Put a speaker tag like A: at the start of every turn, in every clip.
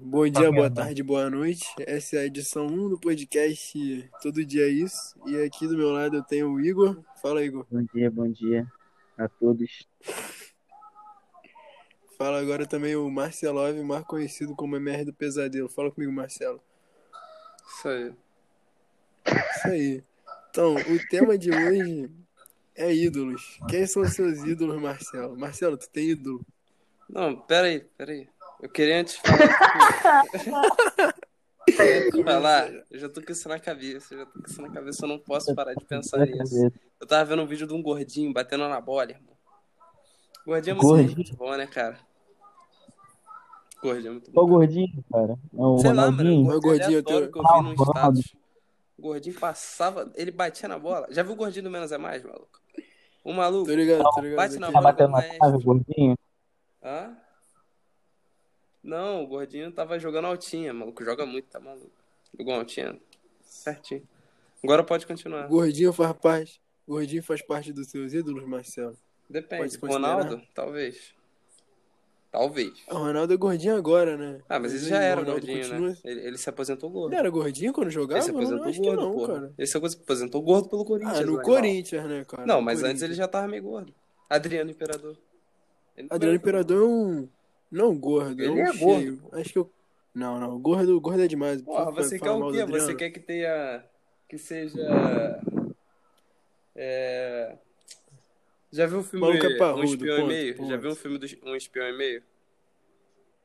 A: Bom dia, boa tarde, boa noite. Essa é a edição 1 do podcast Todo Dia é Isso. E aqui do meu lado eu tenho o Igor. Fala, Igor.
B: Bom dia, bom dia a todos.
A: Fala agora também o Marcelov, mais conhecido como MR do Pesadelo. Fala comigo, Marcelo.
C: Isso aí.
A: Isso aí. Então, o tema de hoje é ídolos. Quem são os seus ídolos, Marcelo? Marcelo, tu tem ídolo?
C: Não, peraí, peraí. Eu queria antes falar. Eu queria falar, eu já tô com isso na cabeça, eu já tô com isso na cabeça, eu não posso parar de pensar nisso. Eu tava vendo um vídeo de um gordinho batendo na bola, irmão. Gordinho é muito
B: Gordinho?
C: muito bom, né, cara? Gordinho é muito
B: Qual
C: bom.
B: gordinho, cara? É o
C: Sei lá, mano,
B: Ronaldinho?
A: Mas
C: o
A: o gordinho
C: gordinho
A: eu tenho-
C: aleatório que eu vi no
B: Calvado.
C: status. O gordinho passava, ele batia na bola. Já viu o gordinho do Menos é Mais, maluco? O maluco,
A: Tô ligado, tô ligado.
C: Bate
B: tá
C: na
A: aqui.
C: bola.
B: batendo na
C: Mas-
B: trave, o gordinho?
C: Hã? Não, o gordinho tava jogando altinha, maluco. Joga muito, tá maluco? Jogou altinha. Certinho. Agora pode continuar.
A: Gordinho faz parte. Gordinho faz parte dos seus ídolos, Marcelo. Pode
C: Depende.
A: se considerar.
C: Ronaldo? Talvez. Talvez.
A: O Ronaldo é gordinho agora, né?
C: Ah, mas ele
A: Mas
C: já
A: aí,
C: era
A: Ronaldo
C: gordinho, né?
A: continua-
C: Ele, ele se aposentou gordo.
A: Ele era gordinho quando
C: Ele
A: jogava?
C: se
A: Eu não
C: aposentou
A: acho que
C: é gordo,
A: não,
C: porra.
A: cara.
C: Ele se aposentou gordo pelo Corinthians.
A: Ah, no
C: né?
A: Corinthians, né, cara?
C: Não,
A: No
C: mas antes ele
A: Corinthians.
C: já tava meio gordo. Adriano Imperador. Ele
A: Adriano
C: não era gordo.
A: Imperador é um. Não gordo,
C: Ele
A: é um
C: é
A: cheio. Acho que eu. Não, não. Gordo, gordo é demais.
C: Porra,
A: Fala-
C: você quer
A: fala mal
C: o
A: do
C: quê?
A: Adriano.
C: Você quer que tenha. Que seja. É... Já viu o filme
A: Maluco é parrudo,
C: Um Espião
A: ponto,
C: e Meio?
A: ponto.
C: Já viu o filme do Um Espião e Meio?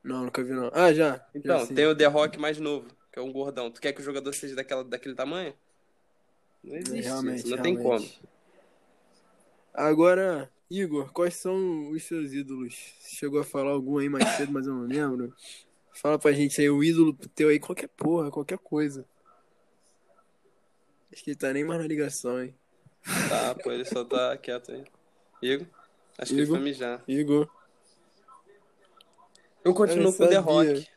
A: Não, nunca vi, não. Ah, já. Já
C: Então,
A: sim.
C: tem o The Rock mais novo, que é um gordão. Tu quer que o jogador seja daquela, daquele tamanho? Não existe. isso,
A: É, realmente,
C: não tem como.
A: realmente. Agora, Igor, quais são os seus ídolos? Chegou a falar algum aí mais cedo, mas eu não lembro. Fala pra gente aí, o ídolo teu aí, qualquer porra, qualquer coisa. Acho que ele tá nem mais na ligação, hein?
C: Tá, pô, ele só tá quieto aí. Igor? Acho que é ele
A: Igor?
C: foi mijar.
A: Igor.
C: Eu continuo com o The
A: sabia.
C: Rock.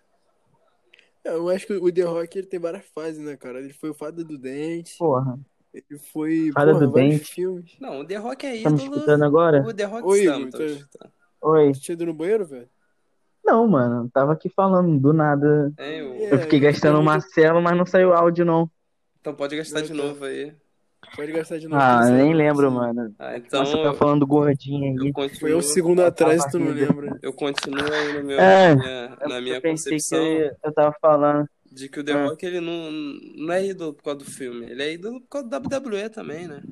A: É, Eu acho que o The Rock ele tem várias fases, né, cara? Ele foi o Fada do Dente,
B: Porra, tá
A: ele foi
B: Fada
A: porra,
B: do
A: vários
B: Dente.
A: filmes.
C: Não, o The Rock é
B: tá me escutando
C: ídolo.
B: agora?
C: O The Rock
A: Ô, Igor, tá-
C: Santos. tá?
B: Oi.
A: Tinha ido no banheiro, velho?
B: Não, mano, tava aqui falando do nada.
C: Hein, tá- é, o-
A: É.
B: Eu fiquei gastando o Marcelo, mas não saiu áudio, não.
C: Então pode gastar
A: Não,
C: de
A: tá.
C: novo aí.
A: Pode gastar de novo. é
B: Ah,
A: isso aí,
B: nem
A: não
B: lembro,
A: sei.
B: mano.
C: Ah, então
B: Nossa, tá tava
C: eu,
B: falando do gordinho aí.
C: eu continuo,
A: Foi um segundo
B: Tá
A: atrás e tu não
B: partido.
A: lembra.
C: eu continuo aí no meu,
B: É,
C: na minha, na minha
B: eu pensei
C: concepção
B: que eu tava falando.
C: de que o The
B: Ah.
C: Rock ele não, não é ídolo por causa do filme, ele é ídolo por causa do WWE também, né?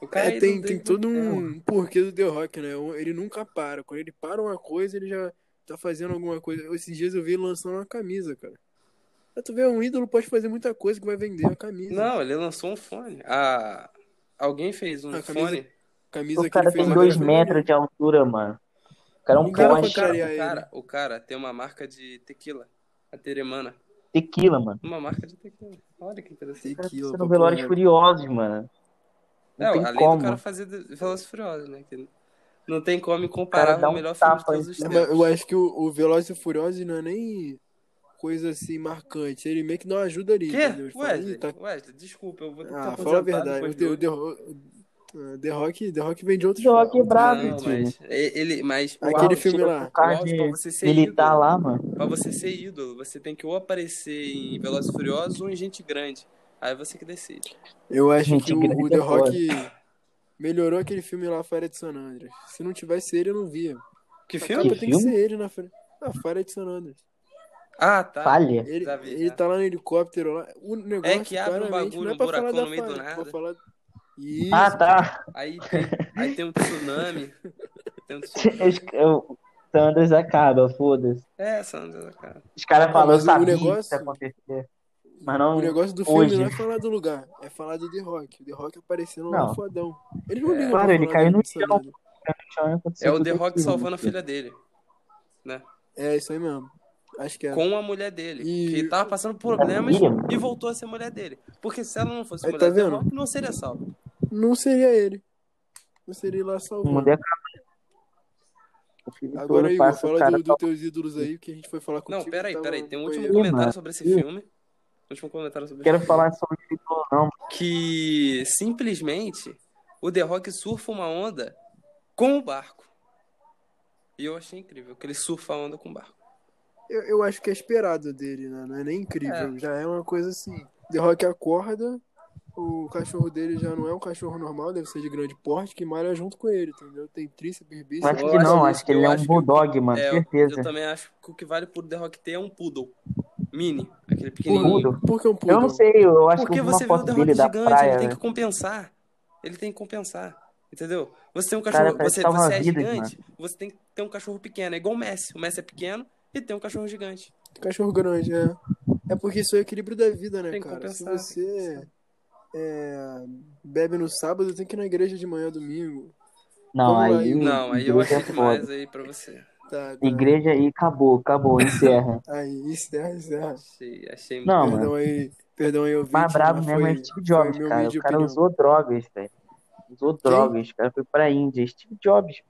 C: O
A: É, tem,
C: é ídolo
A: tem
C: desde
A: todo
C: muito tempo.
A: um porquê do The Rock, né? Ele nunca para. Quando ele para uma coisa, ele já tá fazendo alguma coisa. Esses dias eu vi ele lançando uma camisa, cara. Pra tu ver, um ídolo pode fazer muita coisa que vai vender a camisa.
C: Não, ele lançou um fone. Ah, alguém fez um
A: Ah, camisa-
C: fone.
A: camisa
B: O
A: que ele
B: cara
A: fez
B: tem
A: agora
B: dois
A: foi
B: metros de altura, mano. O cara é um
A: Ninguém vai
C: o,
B: poste.
C: cara,
A: contrariar
C: o,
A: ele.
C: cara, o cara tem uma marca de tequila, a Teremana.
B: Tequila, mano.
C: Uma marca de tequila. Olha que interessante.
A: Sei
B: Cara,
A: que, ó,
B: você não
A: papo
B: vê Velozes
A: reto.
B: Furiosos, mano. Não
C: né? É,
B: tem
C: além
B: como.
C: do cara fazer Velozes e Furiosos, né? que não tem como
B: cara
C: comparar
B: dá
C: o
B: um
C: melhor filme
B: tapa
C: de todos os
A: Não,
C: tempos.
A: É, mas eu acho que o, o Veloz e Furioso não é nem coisa assim marcante. Ele meio que dá uma ajuda ali, entendeu? Ele
C: Que?
A: fala, "Ih,
C: Wesley,
A: tá
C: Wesley, desculpa, eu vou ter que
A: Ah,
C: aposentar
A: fala a verdade.
C: depois
A: O The, o
C: de
A: The, Ro- ah, The Rock, The Rock vem de outros
B: The Rock é
A: outros
B: brabo,
A: níveis.
C: hoje. Não, mas e- ele, mas o
A: Aquele
C: auge,
A: filme
B: tira
A: lá.
B: pro cara
C: o auge
B: de
C: pra você ser
B: militar
C: ídolo,
B: lá, mano.
C: pra você ser ídolo, você tem que ou aparecer em Velozes e Furiosos ou em Gente Grande. Aí você que decide.
A: Eu acho
B: Gente,
A: que o,
B: grande
A: o The
B: é
A: Rock melhorou aquele filme lá, Fire de San Andreas. Se não tivesse ele, eu não via.
C: Que
A: A
C: filme?
A: capa tem que
B: filme?
A: ser ele na frente. Ah, Fire de San Andreas.
C: Ah, tá.
B: Falha.
A: Ele,
C: Já vi,
A: ele
C: já.
A: tá lá no helicóptero lá. O negócio
C: É que abre um
A: claramente
C: bagulho,
A: não é
C: um
A: pra falar
C: buracão
A: da
C: no meio do
A: Fire, é pra
C: nada.
A: falar. Isso.
B: Ah, tá.
C: Aí tem, aí tem um tsunami. Tem um tsunami.
B: Os- eu- é Sanders acaba, foda-se.
C: É, Sandra, cara.
B: Os caras
A: Não,
B: falam, eu
A: mas o
B: sabia que
A: negócio-
B: isso ia acontecer. Mas não.
A: O negócio do
B: hoje.
A: filme não é falar do lugar, é falar do The Rock. O The Rock aparecendo lá
B: Não. É,
A: fodão. Ele não liga pra
B: Claro, ele
A: falar
B: caiu
A: do
B: no
A: San
B: chão.
A: Andreas.
C: É o The Rock salvando a filha dele.
A: É isso aí mesmo. Acho que é.
C: com a mulher dele,
A: E-
C: que tava passando por problemas
B: Família, mano.
C: e voltou a ser mulher dele. Porque se ela não fosse
A: Aí
C: mulher
A: tá
C: do The
A: vendo?
C: Rock, não seria salvo.
A: Não seria ele. Não seria ele lá salvando.
B: Mulher é acaba. O filme
A: Agora,
B: todo
A: Igor,
B: passa o
A: fala
B: cara.
A: dos do teus ídolos aí, que a gente foi falar contigo. tá
C: Não, peraí,
A: tava-
C: peraí. Tem um
A: foi-
C: último
B: Ih,
C: comentário
B: mano.
C: sobre esse
B: Ih.
C: filme. Último comentário sobre
B: Quero
C: esse
B: falar sobre o título, não.
C: filme. Que simplesmente o The Rock surfa uma onda com o barco. E eu achei incrível que ele surfa a onda com o barco.
A: Eu, eu acho que é esperado dele, né? Não é nem incrível. Já é uma coisa assim. The Rock acorda, o cachorro dele já não é um cachorro normal, deve ser de grande porte, que malha junto com ele, entendeu? Tem tríceps,
B: Eu
A: bíceps.
B: acho que não,
C: Eu
B: acho que ele é um
C: acho que-
B: bulldog, mano,
C: É, eu-
B: certeza.
C: Eu também acho que o que vale por The Rock ter é um poodle. Mini, aquele pequenininho.
B: Poodle?
A: Por que um poodle?
B: Eu não sei, eu acho que
C: Porque
B: eu vi uma
C: você vê o
B: foto
C: The Rock
B: dele da
C: gigante,
B: praia, né?
C: ele tem
B: velho.
C: que compensar. Ele tem que compensar. Entendeu? Você tem um
B: Cara,
C: cachorro.
B: parece
C: você
B: que tá salva
C: você é
B: vidas,
C: gigante, você tem que ter um cachorro pequeno. É igual o Messi. O Messi é pequeno e tem um cachorro gigante.
A: Cachorro grande, é. É porque isso é o equilíbrio da vida, né,
C: Tem que
A: cara? Se
C: compensar, tem que
A: você
C: compensar.
A: é, bebe no sábado, tem que ir na igreja de manhã domingo.
B: Não,
A: Vamos
B: aí,
C: Não, aí eu
B: igreja
C: achei
B: é foda.
C: demais aí pra você.
A: Tá, tá.
B: Igreja aí, acabou, acabou, encerra.
A: Aí, encerra, encerra.
C: Achei, achei
B: Não,
C: muito.
B: mano.
A: Perdão aí, perdão aí, ouvinte.
B: Mais brabo
A: mas
B: mesmo é
A: foi-
B: Steve
A: foi
B: Jobs,
A: meu
B: cara.
A: humilde
B: O cara
A: opinião.
B: usou drogas, velho. Usou drogas, cara. Foi pra Índia. Steve Jobs.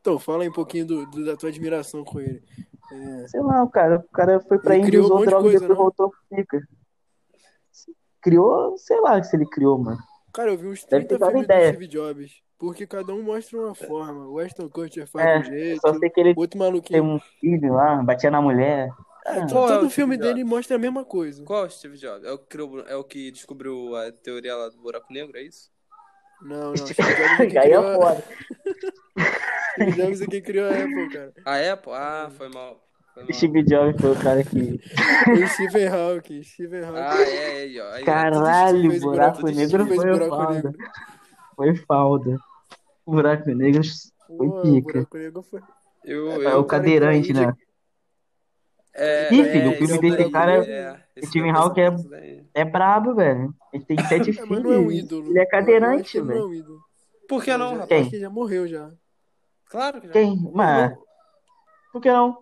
A: Então, fala aí um pouquinho do, do- da tua admiração com ele. É,
B: Sei lá, o cara, o cara foi pra
A: Ele
B: Índia,
A: criou um
B: usou
A: monte de
B: drogas e
A: coisa,
B: depois
A: não?
B: voltou pro Fica. Criou, sei lá se ele criou, mano.
A: cara, eu vi uns
B: Deve
A: 30
B: ter dado
A: filmes do
B: ideia.
A: Steve Jobs, porque cada um mostra uma forma. O Aston Kutcher faz
B: É,
A: de um jeito,
B: só sei que ele
A: outro
B: tem
A: maluquinho.
B: um filho lá, batia na mulher.
A: É,
B: Ah,
A: to-
C: Qual é o
A: todo
C: Steve
A: filme dele
C: Jobs?
A: mostra a mesma coisa.
C: Qual é o Steve Jobs? É o, que criou- é o que descobriu a teoria lá do buraco negro, é isso?
A: Não, não, Steve
B: Steve-
A: Jobs é quem
B: Aí
A: criou
B: é
A: a-
B: foda.
A: Steve Jobs é quem criou a Apple, cara.
C: A Apple? Ah,
B: Uhum.
C: foi mal. Foi mal.
B: Steve Jobs foi o cara que.
A: O Stephen Hawking, Stephen Hawking.
C: Ah, é, é, aí, ó. Aí, ó,
B: Caralho,
C: tudo Steve,
B: buraco
C: tudo
B: negro
C: Steve.
A: fez
B: foi
A: buraco
B: foda.
A: negro.
B: Foi falda. O buraco negro foi
A: Pô, o
B: pica.
A: buraco negro foi.
C: Eu,
B: É
C: eu,
B: o cadeirante, né?
C: é,
B: Ih, filho, o
C: é,
B: filme
C: isso
A: desse
C: daí,
A: cara
C: é, esse
B: Stephen
C: daí,
B: Hawking é-
C: isso daí.
B: É brabo, velho. Ele tem sete
A: É,
B: filhos.
A: mas não é um ídolo.
B: Ele é
A: Eu acho que
B: cadeirante,
A: ele não é
B: velho.
A: um ídolo.
C: Por que não,
A: Já-
C: rapaz?
B: Quem?
A: Acho que ele já morreu já.
C: Claro que já.
B: Quem? Mas. Por que não?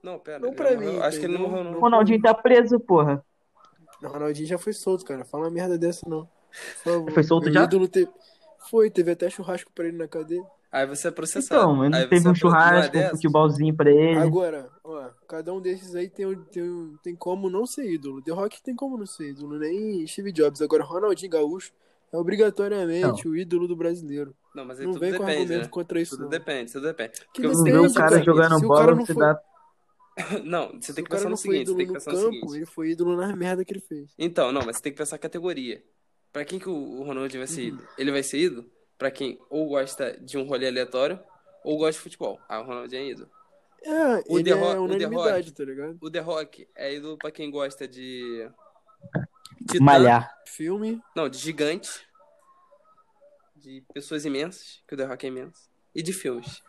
C: Não, pera.
A: Não
C: ele
A: pra
C: morreu.
A: mim,
C: Acho que ele não
A: entendeu?
C: morreu,
B: O
C: não.
B: Ronaldinho tá preso, porra.
A: O Ronaldinho já foi solto, cara. Fala uma merda dessa, não. Por favor.
B: Foi solto
A: Meu
B: já?
A: ídolo teve- Foi, teve até churrasco pra ele na cadeia.
C: Aí você é processado.
B: Então, ele
C: aí
B: não
C: você
B: teve
C: é
B: um
C: pro-
B: churrasco,
C: não é
B: um
C: dessa?
B: futebolzinho pra
C: Hum.
B: ele.
A: Agora, ó, cada um desses aí tem, um- tem, um- tem como não ser ídolo. The Rock tem como não ser ídolo, nem Steve Jobs. Agora, Ronaldinho Gaúcho é obrigatoriamente o ídolo do brasileiro.
C: Não, mas aí
A: Não
C: tudo
A: vem com
C: depende,
A: argumento
C: né?
A: contra isso,
C: Tudo
A: não.
C: depende, tudo depende.
A: Que
C: Porque
B: Tu
C: você
B: vê
C: tem um
A: depende,
B: o
C: que
B: cara
A: cara.
B: jogando
A: Se o cara
B: bola,
A: não
B: você
A: foi-
B: dá.
C: Não, você
A: Se
C: tem que
A: o cara
C: pensar no
A: não foi
C: seguinte, você
A: ídolo
C: tem que
A: no
C: pensar no
A: campo,
C: seguinte.
A: ele foi ídolo na merda que ele fez.
C: Então, não, mas você tem que pensar a categoria. Pra quem que o o Ronaldinho vai ser
A: Uhum.
C: ídolo? Ele vai ser ídolo pra quem ou gosta de um rolê aleatório ou gosta de futebol. Ah, o Ronaldinho é ídolo.
A: É,
C: O
A: ele
C: The Rock-
A: é
C: o The
A: unanimidade, tá ligado?
C: O The Rock é ídolo pra quem gosta de... Titã.
B: Malhar.
A: Filme,
C: Não, de gigante. De pessoas imensas, que o The Rock é imenso. E de filmes.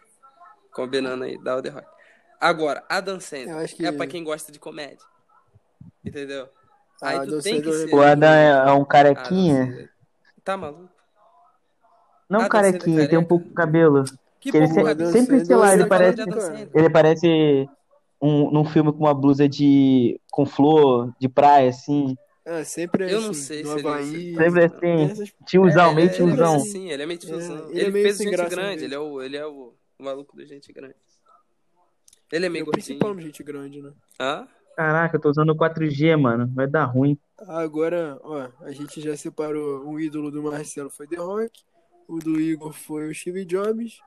C: Combinando aí, dá o The Rock. Agora, Adam
A: eu
C: Sandler
A: acho que...
C: é pra quem gosta de comédia. Entendeu?
A: Ah,
C: aí
A: Adam
C: tu tem que
A: Sandler é
C: ser...
B: O Adam é um
C: Ah, Adam
B: carequinha.
C: Sandler. Tá maluco?
B: Não
C: Adam Sandler
B: carequinha,
C: é
B: tem um
C: careca.
B: pouco de cabelo.
C: Que
B: Que ele
C: bom,
B: se-
C: Adam
B: sempre,
C: Sandler.
B: sei lá,
C: Você
B: ele
C: tá falando
B: parece-
C: de Adam Sandler.
B: Ele parece um, num filme com uma blusa de. com flor, de praia, assim.
A: É, sempre é
C: Eu
A: assim,
C: não sei
A: no
C: se ele-
A: Havaí,
B: Sempre
A: tem
B: assim,
A: essas-
B: tiozão,
C: É,
B: meio
C: é, Ele é
B: tiozão.
C: assim, ele é meio tiozão.
A: É, ele
C: Ele,
A: é meio
C: fez
A: sem
C: Gente
B: assim,
A: graça mesmo.
B: né?
C: Grande, ele é, o, ele é o, o maluco do Gente Grande. Ele é
A: É
C: meio
A: o
C: gordinho.
A: principal no gente grande, né?
C: Hã?
B: Caraca, eu tô usando 4G, mano. Vai dar ruim.
A: Ah, Agora, ó, a gente já separou um ídolo do Marcelo foi The Rock, o do Igor foi o Steve Jobs,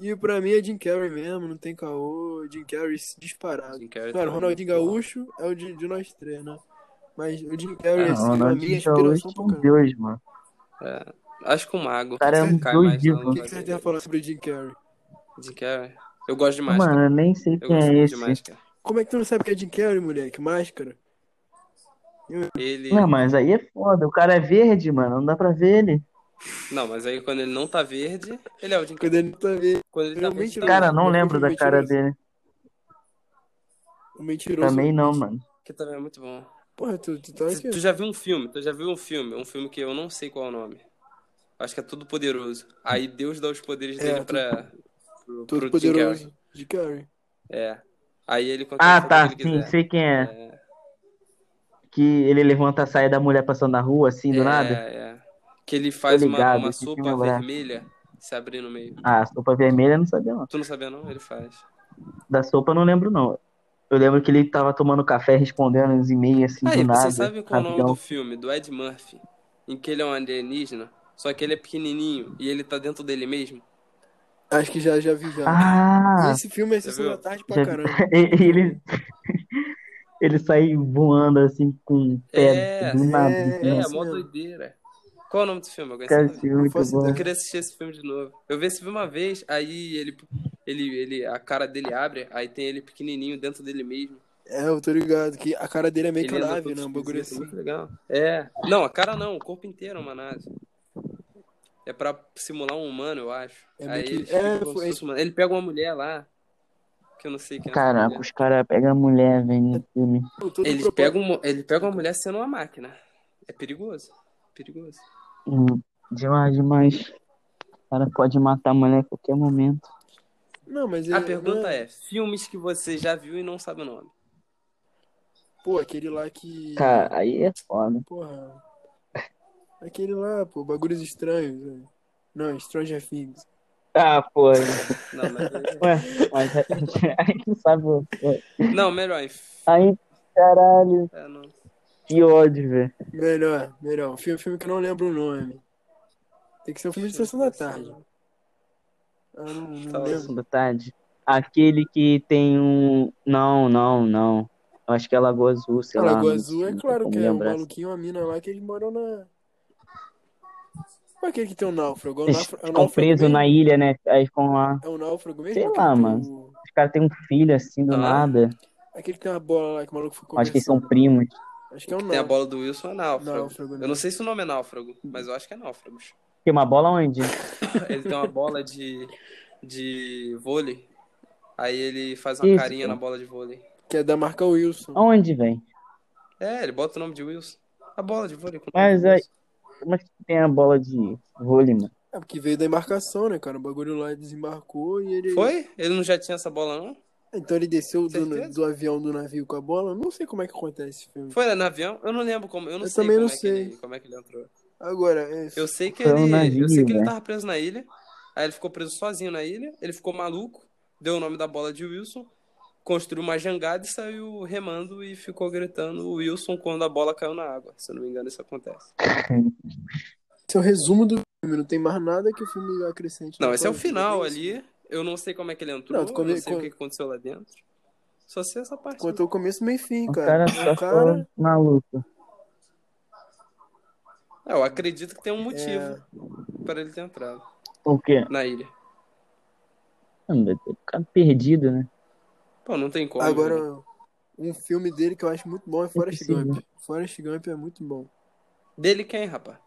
A: e pra mim é Jim Carrey mesmo, não tem caô, Jim Carrey disparado.
C: Jim Carrey
A: Claro,
C: tá
A: o Ronaldinho
C: muito bom.
A: Gaúcho é o de, de nós três, né? Mas o Jim Carrey, assim,
B: Ah,
A: pra mim,
B: o
A: é
B: Ronaldinho
A: inspiração
B: Gaúcho,
A: pro
B: meu
A: cara.
B: Deus, mano.
C: É, acho que o Mago.
B: O cara é um
C: Cai
B: dois
C: mais na
A: O
B: divos.
A: que, que você tem a falar sobre o Jim Carrey?
C: é Jim Carrey. Eu gosto demais.
B: Mano,
C: cara.
B: eu nem sei
C: Eu
B: quem
C: gosto
B: é
C: muito de
B: esse.
C: máscara.
A: Como é que tu não sabe que é Jim Carrey, moleque? Máscara?
C: Ele.
B: Não, mas aí é foda. O cara é verde, mano. Não dá pra ver ele.
C: Não, mas aí quando ele não tá verde, ele é o Jim Carrey.
A: Quando ele não tá vendo,
C: Quando ele tá
A: Realmente
C: verde, tá
A: não.
B: Cara,
C: verde.
B: não lembro da cara
A: Mentiroso.
B: dele.
A: o mentiroso.
B: Também não,
A: mano.
B: mano.
C: Que também é muito bom.
A: Porra, tu, tu tá
C: Tu,
A: aqui.
C: tu já viu um filme? Tu já viu um filme? Um filme que eu não sei qual é o nome. Acho que é Todo Poderoso. Aí Deus dá os poderes
A: É,
C: dele
A: tu-
C: pra. Pro, pro
A: Todo
C: Jim Carrey.
A: poderoso. Jim Carrey.
C: É. Aí ele consegue
B: Ah,
C: fazer
B: tá.
C: o que ele
B: Sim,
C: quiser.
B: sei quem é.
C: É,
B: Que ele levanta a saia da mulher passando na rua, assim, do
C: é,
B: nada.
C: é. Que ele faz uma,
B: ligado,
C: uma
B: esse filme
C: sopa
B: é brabo.
C: vermelha se abrir no meio.
B: Ah, a sopa vermelha eu não sabia, não.
C: Tu não sabia, não? Ele faz.
B: Da sopa eu não lembro, não. Eu lembro que ele tava tomando café, respondendo uns e-mails, assim,
C: Aí,
B: do nada.
C: você sabe qual é o nome
B: rapidão.
C: do filme? Do Ed Murphy. Em que ele é um alienígena, só que ele é pequenininho e ele tá dentro dele mesmo.
A: Acho que já, já vi
C: né?
A: já.
B: Ah!
A: Esse filme é
C: Já
A: sessão
C: viu?
A: da tarde
B: Já
A: pra
B: vi.
A: caramba.
B: E- Ele, ele sai voando assim com pedra
C: É,
B: do nada.
A: é,
C: É,
B: assim,
A: isso
C: mó
A: mesmo.
C: doideira. Qual é o nome do filme? é Alguém
B: cara,
C: sabe?
B: assim, muito
A: faço
B: bom.
A: ideia.
C: Eu queria assistir esse filme de novo. Eu vi esse filme uma vez, aí ele, ele, ele, a cara dele abre, aí tem ele pequenininho dentro dele mesmo.
A: É, eu tô ligado. Que a cara dele é meio que
C: ele anda
A: nave,
C: todo
A: né? Um bagulho
C: esquisito,
A: assim.
C: Muito legal. É. Não, a cara não, o corpo inteiro é uma nave. É pra simular um humano, eu acho.
A: É meio
C: aí
A: que-
C: ele,
A: é,
C: como se
A: foi-
C: fosse humano. ele pega uma mulher lá, que eu não sei quem é essa
B: Caraca,
C: mulher.
B: os caras pegam a mulher, velho, no filme.
A: Pô, todo
C: Ele
A: propósito.
C: pega, uma, ele pega uma mulher sendo uma máquina. É perigoso. Perigoso.
B: Hum, Demais, demais. O cara pode matar a mulher a qualquer momento.
A: Não, mas
C: A
A: ele-
C: pergunta
A: né?
C: é: filmes que você já viu e não sabe o nome?
A: Pô, aquele lá que.
B: Cara, aí é foda.
A: Porra. Aquele lá, pô, bagulhos estranhos. Né? Não, Stranger Things.
B: Ah, pô.
C: Não, mas- é-
B: Ué, mas aí, aí tu sabe. pô.
C: não melhor. em-
B: Aí, caralho,
C: É, não.
B: que ódio, velho.
A: Melhor, melhor. Um filme, filme que eu não lembro o nome. Tem que ser um filme de sessão da tarde. Ah, não, não
C: Tá
A: lembro.
B: da tarde. Aquele que tem um. Não, não, não. Eu acho que é Lagoa Azul, sei
A: A
B: lá.
A: Lagoa
B: não-
A: Azul é
B: não
A: claro
B: tem
A: que
B: como
A: é um
B: lembrar.
A: maluquinho e uma mina lá que eles moram na. Qual é aquele que tem um náufrago? É um
B: Eles
A: náufra- é um
B: ficam
A: náufrago
B: presos
A: mesmo?
B: na ilha, né? Aí ficam lá.
A: É um náufrago mesmo?
B: Sei
A: Aquele
B: lá,
A: que tem
B: mano.
A: o-
B: Os caras têm um filho assim do
C: Ah.
B: nada.
A: Aquele que tem uma bola lá que o maluco ficou.
B: Acho que eles são primos.
A: Acho que é um
C: Tem a
A: náufrago.
C: bola do Wilson, é náufrago.
A: Náufrago, né?
C: Eu não sei se o nome é náufrago, mas eu acho que é náufragos.
B: Tem uma bola onde?
C: Ah, Ele tem uma bola de, de vôlei, aí ele faz uma
B: Isso,
C: carinha
B: pô.
C: na bola de vôlei.
A: Que é da marca Wilson.
B: Aonde, velho?
C: É, ele bota o nome de Wilson. A bola de vôlei. com o
B: Mas
C: nome
B: aí-
C: de Wilson.
B: Como é que tem a bola de vôlei, mano?
A: É porque veio da embarcação, né, cara? O bagulho lá desembarcou e ele.
C: Foi? Ele não já tinha essa bola, não?
A: Então ele desceu do,
C: Certeza?
A: do avião do navio com a bola. Não sei como é que acontece esse filme.
C: Foi no avião? Eu não lembro como. Eu não
A: Eu
C: sei,
A: também
C: como,
A: não
C: é
A: sei.
C: Que ele, como é que ele entrou.
A: Agora, é.
C: Eu sei que
B: Foi
C: ele.
B: um navio,
C: eu sei que ele
B: né?
C: tava preso na ilha. Aí ele ficou preso sozinho na ilha. Ele ficou maluco. Deu o nome da bola de Wilson. Construiu uma jangada e saiu remando e ficou gritando Wilson quando a bola caiu na água. Se eu não me engano, isso acontece.
A: Esse é o resumo do filme. Não tem mais nada que o filme acrescente.
C: Não,
A: na
C: esse é o
A: tua vida,
C: final
A: é isso.
C: ali. Eu não sei como é que ele entrou,
A: Não,
C: não,
A: tu
C: eu
A: come-
C: não sei
A: com-
C: o que aconteceu lá dentro. Só sei essa parte.
A: Contou o começo, meio e fim,
B: O
A: cara.
B: cara tá
A: O
B: só
A: cara.
B: ficou maluco.
C: É, eu acredito que tem um motivo
A: É,
C: para ele ter entrado
B: O quê?
C: na ilha.
B: Ah, meu Deus, O cara perdido, né?
C: Pô, não tem como. né?
A: agora, um filme dele que eu acho muito bom é Forrest
B: Impossível.
A: Gump. Forrest Gump é muito bom.
C: Dele quem, rapaz?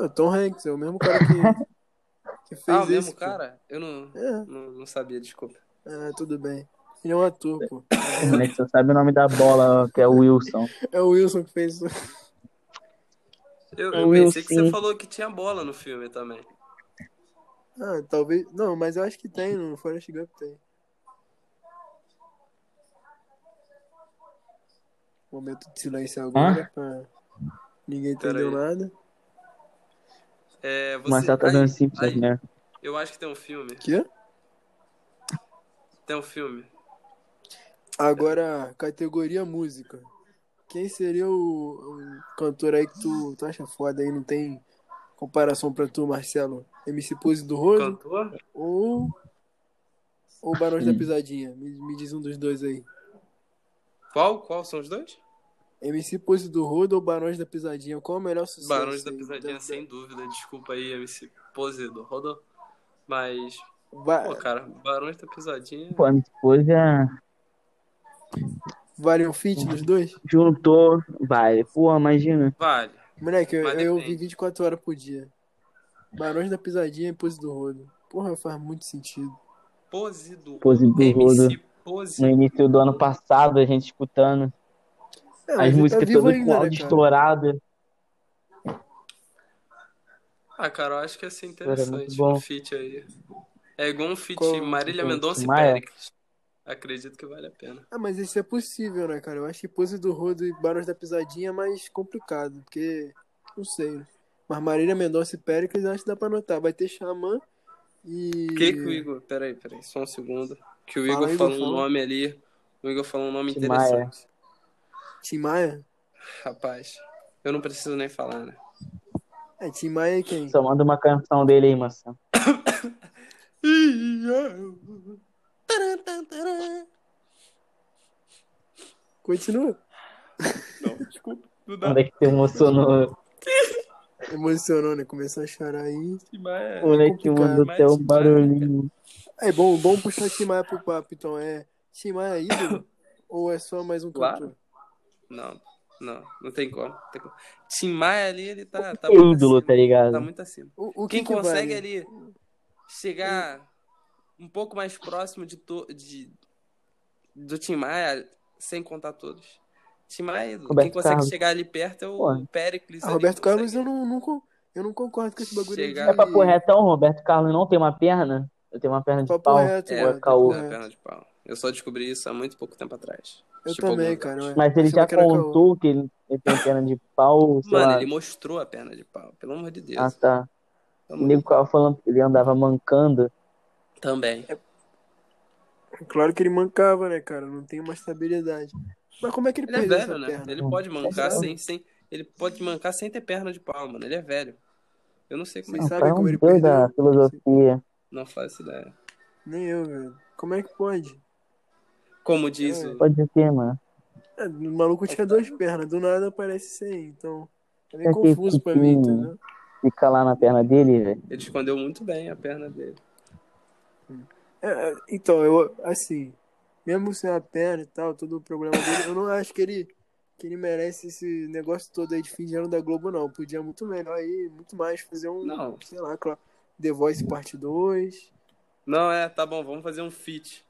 A: Ah, Tom Hanks é o mesmo cara que, que fez
C: Ah, o
A: isso.
C: mesmo
A: pô.
C: cara? Eu não, não, não sabia, desculpa.
A: É, é, tudo bem. Ele é um ator, pô.
B: O moleque só sabe o nome da bola, ó, que é o Wilson.
A: É o Wilson que fez isso.
C: Eu,
B: É
C: eu
B: o
C: pensei que
B: Wilson.
C: você falou que tinha bola no filme também.
A: Ah, talvez. Não, mas eu acho que tem, no Forrest Gump tem. Momento de silêncio agora, pra ninguém entendeu
C: Pera
A: nada.
C: É,
B: O
C: você,
B: Marcelo tá
C: aí-
B: dando simples
C: aí,
B: né?
C: Eu acho que tem um filme.
A: Quê?
C: Tem um filme.
A: Agora, categoria música. Quem seria o, o cantor aí que tu, tu acha foda aí? Não tem comparação pra tu, Marcelo? MC Pose do Rolo
C: Cantor?
A: ou. Ou Barões da Pisadinha? Me, me diz um dos dois aí.
C: Qual? Qual são os dois?
A: MC Pose do Rodo ou Barões da Pisadinha? Qual é o melhor sucesso?
C: Barões da
A: aí?
C: Pisadinha, sem dúvida. Desculpa aí, MC Pose do Rodô. Mas,
A: Va-
B: É.
C: pô, cara, Barões da Pisadinha.
B: Pô, a minha esposa
A: vale um fit dos dois?
B: juntou, vai. Pô, imagina.
C: Vale.
A: Moleque, eu,
C: Mas
A: eu
C: depende.
A: vi 24 horas por dia. Barões da Pisadinha e Pose do Rodo. Porra, faz muito sentido.
C: Pose do
B: Pose do
C: MC
B: Rodo.
C: Pose.
B: No início do ano passado, a gente escutando
A: É,
B: as
A: ele
B: músicas
A: vivo
B: todas com
A: né,
B: áudio
A: cara?
B: estourado.
C: Ah, cara, eu acho que ia ser
B: Cara, é muito
C: interessante
B: bom.
C: um feat aí. É igual um feat
A: Qual-
C: Marília
B: qual- é?
C: Mendonça e
B: Maia?
C: Péricles. Acredito que vale a pena.
A: Ah, mas isso é possível, né, cara? Eu acho que Pose do Rodo e Barões da Pisadinha é mais complicado, porque. Não sei. né? Mas Marília Mendonça e Péricles eu acho que dá pra anotar. Vai ter Xamã e.
C: Que que o Igor... Peraí, peraí, só um segundo. Que o
A: Fala,
C: Igor
A: Igor,
C: falou um
A: fala.
C: nome ali. O Igor falou um nome
B: Que Maia.
C: interessante.
A: Tim Maia?
C: Rapaz, eu não preciso nem falar, né?
A: É, Tim Maia é quem?
B: Só manda uma canção dele aí, maçã.
C: Taran, taran, taran.
A: Continua.
C: Não, desculpa. Não dá.
B: Onde é que te emocionou?
A: Emocionou, né? Começou a chorar aí.
C: Mas...
B: Moleque mandou
C: mas-
B: até um barulhinho.
A: É bom, bom puxar Timaya pro papo, então. É Timaya é ídolo? ou é só mais um
C: Claro.
A: cantor?
C: Não, não, não tem como. Não tem como. Tim Maia ali, ele tá, tá muito
B: Ídolo,
C: acima,
B: tá ligado?
C: tá muito acima.
A: O, o
C: Quem
A: que que
C: consegue
A: vale? Hum.
C: ali chegar um pouco mais próximo de, to, de do Tim Maia, sem contar todos. Tim Maia, é ídolo. quem
B: Roberto
C: consegue
B: Carlos.
C: chegar ali perto é o
B: Pô.
C: Pericles.
A: Ah,
C: ali,
A: Roberto
C: que consegue-
A: Carlos, eu não, não, con- eu não concordo com esse bagulho aí
C: Chegar-
A: de...
B: É papo retão, Roberto Carlos não tem uma perna? Eu tenho uma perna de
A: Papo
B: pau.
A: reto,
B: ou
A: mano,
B: é caô.
A: papo
C: Não,
A: reto.
C: perna de pau. Eu só descobri isso há muito pouco tempo atrás.
A: Eu
C: Tipo,
A: também,
C: alguns
A: cara.
C: anos.
A: ué.
B: Mas ele
A: Achava
B: já
A: que era caô.
B: contou que ele ele tem perna de pau, sei
C: Mano,
B: lá.
C: ele mostrou a perna de pau, pelo amor de Deus.
B: Ah, tá.
C: Pelo
B: O
C: amor de
B: nego ficava falando que ele andava mancando.
C: Deus.
A: é
C: Também. é.
A: Claro que ele mancava, né, cara? Não tem uma estabilidade. Mas como é que ele,
C: Ele é
A: perdeu
C: velho,
A: essa
C: né?
A: perna?
C: Ele pode mancar
B: Não.
C: sem, sem. Ele pode mancar sem ter perna de pau, mano. Ele é velho. Eu não sei como é
A: Sim.
C: que.
A: sabe
B: Rapaz,
A: como
B: um
A: ele
B: deus da
A: perdeu?
B: filosofia.
C: Não faço ideia.
A: Nem eu, velho. Como é que pode?
C: Como diz o.
B: Pode o quê, mano?
A: É, o maluco tinha duas pernas, do nada aparece sem, então. É meio
B: É que
A: confuso pra mim,
B: sim.
A: entendeu?
B: Fica lá na perna dele, velho.
C: Ele escondeu muito bem a perna dele.
A: É, é, então, eu, assim, mesmo sem a perna e tal, todo o problema dele, eu não acho que ele, que ele merece esse negócio todo aí de fim de ano da Globo, não. Podia muito melhor aí, muito mais, fazer um,
C: Não.
A: sei lá, claro, The Voice Parte 2.
C: Não, é, tá bom, vamos fazer um feat.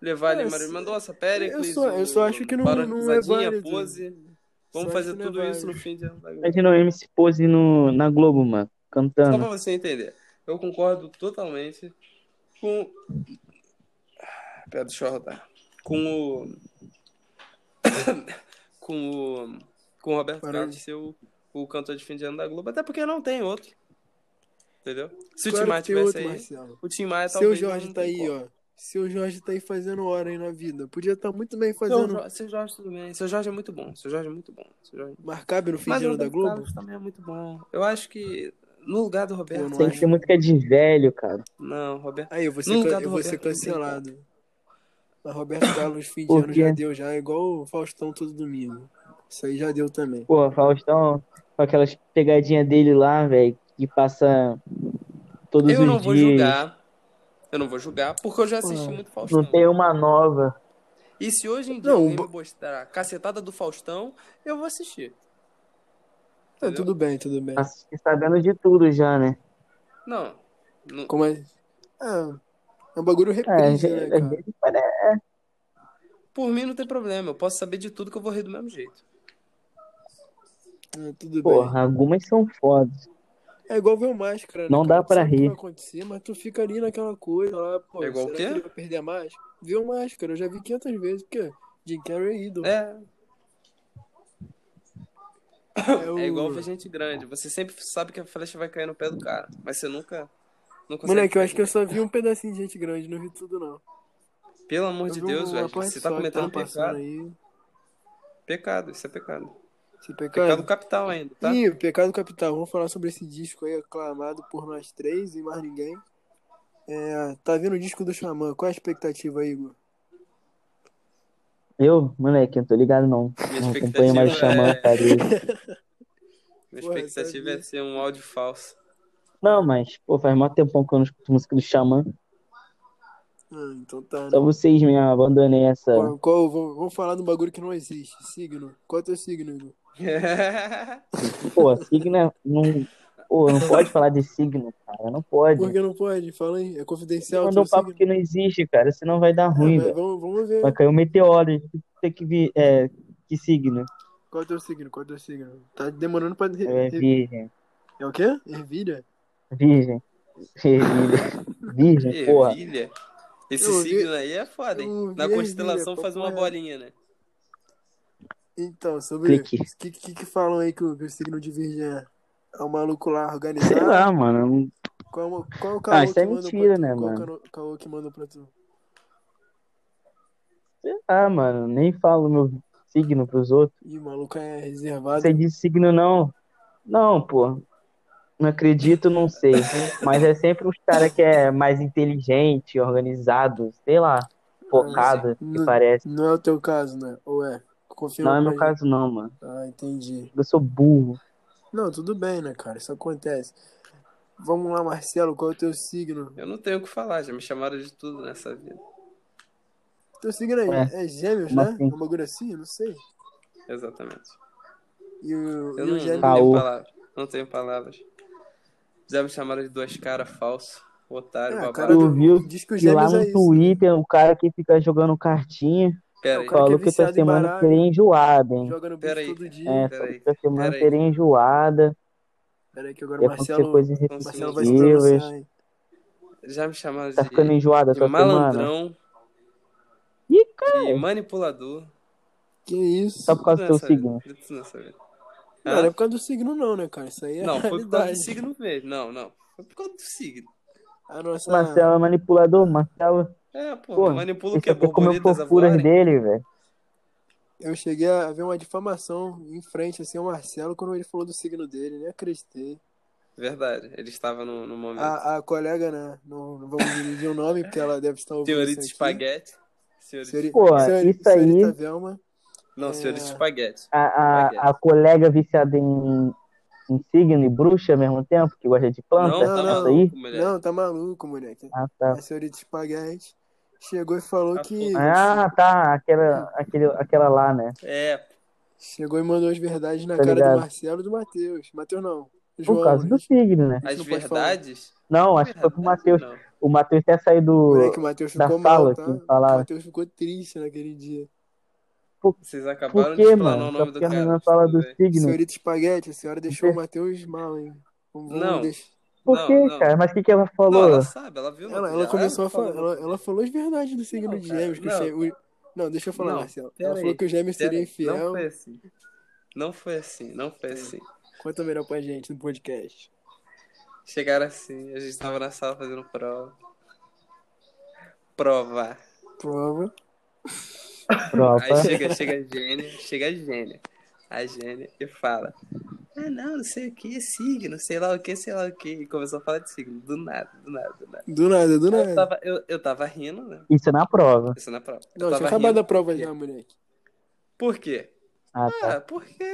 C: Levar
A: É,
C: ali,
A: se-
C: Maria Mendonça, Pericles.
A: eu só- eu
C: o-
A: só acho que não-
C: Barão de
A: não é
C: Pisadinha,
A: válido.
C: Pose. Vamos
A: Só
C: fazer
A: acho que
C: tudo
A: não é
C: isso no
A: válido.
C: fim de ano. da Globo.
B: Imagina o MC Pose no, na Globo, mano.
C: Só
B: Cantando.
C: pra você entender. Eu concordo totalmente com. Ah, Pera, deixa eu rodar. Com o. com o. Com o Roberto
A: Parou.
C: Carlos ser o, o cantor de fim de ano da Globo. Até porque não tem outro. Entendeu? Se
A: Claro
C: o Tim Maia
A: que tem
C: tivesse
A: outro,
C: aí,
A: Marcelo.
C: o Tim Maia
A: Seu
C: talvez
A: Jorge
C: não
A: tá aí, ó. Seu Jorge tá aí fazendo hora aí na vida. Podia estar muito bem
C: Seu,
A: fazendo.
C: Jo- seu Jorge tudo bem. Seu Jorge é muito bom. Seu Jorge é muito bom. Seu Jorge...
A: Marcabe no fim
C: Mas
A: de
C: o
A: ano da
C: Roberto
A: Globo.
C: Carlos também é muito bom. Eu acho que no lugar do
A: Eu
C: Roberto.
A: não
B: Tem que
A: acho.
B: ser música de velho, cara.
A: é.
C: Não, Roberto.
A: Aí, eu vou ser,
C: No
A: ca-
C: lugar do
A: eu vou ser
C: Roberto, não tá. tem
A: cancelado. Mas Roberto Carlos, fim de
B: Por
A: ano
B: quê?
A: já deu, já. É igual o Faustão todo domingo. Isso aí já deu também.
B: Pô, Faustão, com aquelas pegadinhas dele lá, velho, que passa todos
C: Eu
B: os
C: não vou
B: dias.
C: julgar. Eu não vou julgar, porque eu já assisti
B: Ah,
C: muito
B: Não
C: Faustão.
B: tem uma nova.
C: E se hoje em dia
A: Não,
C: alguém
A: bo-
C: me mostrar a cacetada do Faustão, eu vou assistir.
A: Não,
C: Entendeu?
A: tudo bem, tudo bem.
B: Mas fiquei Tá sabendo de tudo já, né?
C: Não. não-
A: Como é? Ah, é um bagulho
B: É,
A: reprise, né,
B: gente, às
A: cara?
B: vezes parece-
C: Por mim não tem problema. Eu posso saber de tudo que eu vou rir do mesmo jeito.
A: É, tudo bem.
B: porra, algumas são fodas.
A: É igual ver o Máscara, né,
B: Não
A: cara?
B: dá pra
A: Tu sabe o que
B: rir.
A: vai acontecer, mas tu fica ali naquela coisa lá, pô,
C: É igual
A: será
C: o quê?
A: que ele vai perder a máscara? Ver o Máscara, eu já vi 500 vezes, porque Jim Carrey é ídolo.
C: É,
A: É, o...
C: é igual ver gente grande. Você sempre sabe que a flecha vai cair no pé do cara. Mas você nunca. Não consegue
A: Moleque, eu acho que
C: pegar.
A: eu só vi um pedacinho de gente grande, não vi tudo, não.
C: Pelo amor de
A: Eu vi um
C: Deus,
A: uma
C: velho.
A: parte
C: Você tá
A: só que
C: cometendo
A: tava
C: um
A: passando
C: pecado.
A: aí.
C: Pecado, isso é pecado.
A: Esse
C: Pecado
A: pecado.
C: capital ainda, tá?
A: Ih, Pecado Capital, vamos falar sobre esse disco aí, aclamado por nós três e mais ninguém. É, tá vindo o disco do Xamã, qual é a expectativa aí, Igor?
B: Eu, moleque, eu tô ligado não.
C: Minha
B: Não
C: expectativa
B: acompanho mais Xamã,
A: né?
C: é-
B: cara.
C: Minha
A: Porra,
C: expectativa
A: sabia.
C: é ser um áudio falso.
B: Não, mas, pô, faz mó tempão que eu não escuto música do Xamã.
A: Ah, então tá, né?
B: Só vocês mesmo, abandonei essa.
A: Qual, qual- vamos, vamos falar de um bagulho que não existe, signo. Qual é o teu signo, Igor?
B: Pô, signo é- não. Pô, não pode falar de signo, cara. Não pode.
A: Por que não pode? Fala aí, é confidencial o
B: Mandou
A: teu
B: um papo
A: signo?
B: que não existe, cara. Senão vai dar
A: Ah,
B: ruim,
A: mas
B: velho.
A: vamos, vamos ver
B: Vai cair um meteoro. Tem que vir. É, que signo?
A: qual é o teu signo, qual é o teu signo. Tá demorando pra... re-
B: É
A: re-
B: virgem.
A: É o quê? Ervilha?
B: Virgem. Virgem. Virgem, porra.
C: Ervilha? Esse
A: Eu vi-
C: signo aí é foda, hein?
A: eu
C: Na
A: vi
C: constelação
A: ervilha,
C: faz uma
A: papai.
C: bolinha, né?
A: Então, sobre... O
B: Clique.
A: que, que, que falam aí que o, que o signo de virgem é? É um maluco lá organizado?
B: Sei lá, mano.
A: Qual, qual o
B: Ah,
A: caô
B: isso é
A: que mandou
B: mentira,
A: pra tu?
B: né,
A: Qual
B: mano?
A: cano- caô que mandou pra tu?
B: Sei lá, mano. Nem falo meu signo pros outros.
A: Ih, o maluco é
B: Não
A: reservado.
B: sei de signo, não. Não, pô. Não acredito, não sei. Mas é sempre uns cara que é mais inteligente, organizado, sei lá,
A: Ah,
B: focado, que
A: Não-
B: parece.
A: Não é o teu caso, né? Ou é? Confirma
B: Não é
A: pra
B: meu
A: mim.
B: caso, não, mano.
A: Ah, entendi.
B: Eu sou burro.
A: Não, tudo bem, né, cara? Isso acontece. Vamos lá, Marcelo, qual é o teu signo?
C: Eu não tenho o que falar, já me chamaram de tudo nessa vida.
A: Teu signo é,
B: Ué,
A: é gêmeos,
B: como
A: né?
B: assim?
A: É Uma bagulho assim, não sei.
C: Exatamente.
A: E o,
C: Eu
A: e
C: não,
A: o
C: não tenho
A: gêmeo. é,
B: Caô.
C: palavras. Não tenho palavras. Já me chamaram de duas caras falso, otário,
A: É, a
C: babado.
A: cara
B: Tu
A: do,
B: viu
A: diz que os
B: E lá
A: gêmeos
B: no
A: é isso.
B: Twitter, o cara que fica jogando cartinha
C: Pera
A: o
C: aí,
A: cara
B: falou
A: que é
B: que essa
A: viciado em
B: semana
A: baralho.
B: seria enjoada, hein?
A: Joga no
C: Pera
A: bicho
C: aí,
A: todo
C: cara.
A: dia.
B: É, falou
C: Peraí,
B: que essa semana
C: peraí.
B: seria enjoada,
A: Peraí que agora o
B: ia acontecer
A: Marcelo,
B: coisas
A: o
C: coisa
A: Marcelo vai se pronunciar,
B: repetitivas.
A: hein?
C: já me chamaram
B: Tá ficando
C: de,
B: enjoada
C: de
B: tua semana?
C: malandrão,
B: Ih,
C: de
B: cara,
C: manipulador.
A: Que isso?
B: só por causa do
C: Tudo
B: teu
C: nessa
B: signo.
C: vida, tudo nessa vida.
A: Não,
C: Hã?
A: não é por causa do signo não, né, cara? Isso aí é
C: Ah. Não, foi por causa do
A: realidade.
C: signo mesmo. Não, não. Foi por causa do signo.
A: A nossa...
B: Marcelo é manipulador, Marcelo.
C: É, Ah. pô,
B: Pô,
C: manipula o
B: Isso
C: que?
B: aqui é comeu
C: Borboletas a
B: fofuras
C: voarem?
B: dele, velho.
A: Eu cheguei a ver uma difamação em frente, assim, ao Marcelo, quando ele falou do signo dele, nem acreditei.
C: Verdade, ele estava no, no momento.
A: A, a colega, né, não, não vamos dirigir o nome, porque ela deve estar ouvindo
C: senhorita
A: isso aqui.
C: Espaguete. Senhorita...
A: Senhori-
B: Pô,
A: senhori-
B: isso aí-
A: senhorita Velma,
C: Não,
A: É.
C: senhorita Espaguete. é
B: A, a, a colega viciada em, em signo e bruxa ao mesmo tempo, que gosta de planta,
C: Não, tá
A: não.
B: isso aí?
C: maluco, mulher.
A: não, tá maluco, moleque.
B: Ah, tá.
A: A senhorita Espaguete chegou e falou
C: Ah,
A: que...
B: Ah, tá. Aquela, aquele, aquela lá, né?
C: É,
A: Chegou e mandou as verdades na
B: Tá
A: cara
B: ligado.
A: do Marcelo e do Matheus. Matheus não,
B: Por
A: João.
B: causa do
A: né?
B: signo, né?
A: A gente
C: as
A: não pode falar.
C: verdades.
B: Não, acho que foi
C: É,
B: pro Matheus.
C: Não.
B: O Matheus até saiu do.
A: Moleque, o Matheus
B: da
A: ficou
B: sala
A: mal, tá?
B: que
A: O
B: falaram.
A: Matheus ficou triste naquele dia.
C: Vocês acabaram
B: Por quê,
C: de explanar o
B: mano? Só
C: nome do
B: porque a
C: cara.
B: menina
C: mas
B: fala
C: tudo
B: do
C: bem.
B: signo.
A: Senhorita Espaguete, a senhora deixou o Matheus mal, hein? Vamos
C: Não.
A: deixar-
B: Por
C: Não,
B: quê,
C: não.
B: cara? Mas o que, que ela
C: Não,
B: falou?
C: ela sabe, ela viu.
A: Ela,
C: no-
A: ela começou a falar.
C: falou-
A: Ela, ela falou as verdades do signo
C: Não,
A: de
C: cara,
A: gêmeos. que
C: não.
A: o gê- o- não, deixa eu falar,
C: Não,
A: Marcelo.
C: pera
A: Ela falou
C: aí,
A: que o gêmeo seria
C: Peraí, Não
A: infiel.
C: foi assim. Não foi assim, não foi assim.
A: Conta melhor pra gente no podcast.
C: Chegaram assim, a gente tava na sala fazendo prova. Prova.
A: Prova.
C: Aí
B: Tropa.
C: chega, chega a Gênia, chega a Gênia. A Gênia e fala: Ah, não, não sei o que, signo, sei lá o que, sei lá o que. E começou a falar de signo, do nada, do nada, do nada.
A: Do nada, do
C: Eu
A: nada.
C: tava, eu, eu tava rindo, né?
B: Isso é na prova.
C: Isso na prova. Eu
A: Não, tinha
C: tava
A: acabado
C: rindo.
A: a prova já, moleque.
C: Por quê?
B: Ah, tá.
C: Ah, porque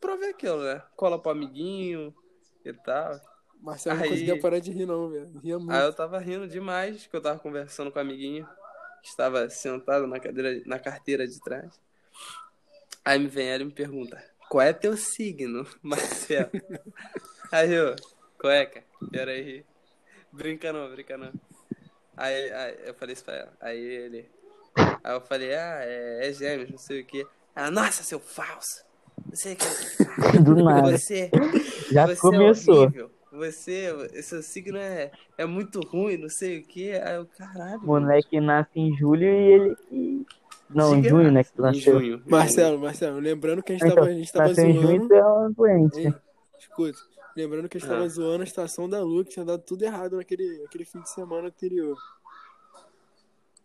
C: prova é aquilo, né? Cola pro amiguinho e tal.
A: Marcelo
C: Aí-
A: não conseguia parar de rir, não, velho. Ria muito.
C: Aí eu tava rindo demais, que eu tava conversando com a amiguinha, que estava sentado na cadeira, na carteira de trás. Aí me vem ela e me pergunta, qual é teu signo, Marcelo? aí eu, cueca, peraí. Brinca não, brinca não. Aí, aí eu falei isso pra ela. Aí ele. Aí eu falei, ah, é, é gêmeos, não sei o quê. Ah, nossa, seu falso! Não sei o que.
B: Do nada.
C: Você,
B: Já
C: você é
B: começou.
C: horrível. Você, seu signo é, é muito ruim, não sei o que. Aí eu, caralho.
B: O moleque nasce em julho e ele. e- Não, em
C: signo é
B: junho,
C: nada.
B: né? Que tu
C: Em
B: nasceu.
C: junho. Tá
A: Marcelo, Marcelo, lembrando que a gente
B: Então,
A: tava, a gente tava
B: nasceu em junho e
A: zoando.
B: tu é um doente.
A: Ei, escuta, lembrando que a gente
C: Ah.
A: tava zoando a estação da lua, que tinha dado tudo errado naquele, naquele fim de semana anterior.
C: O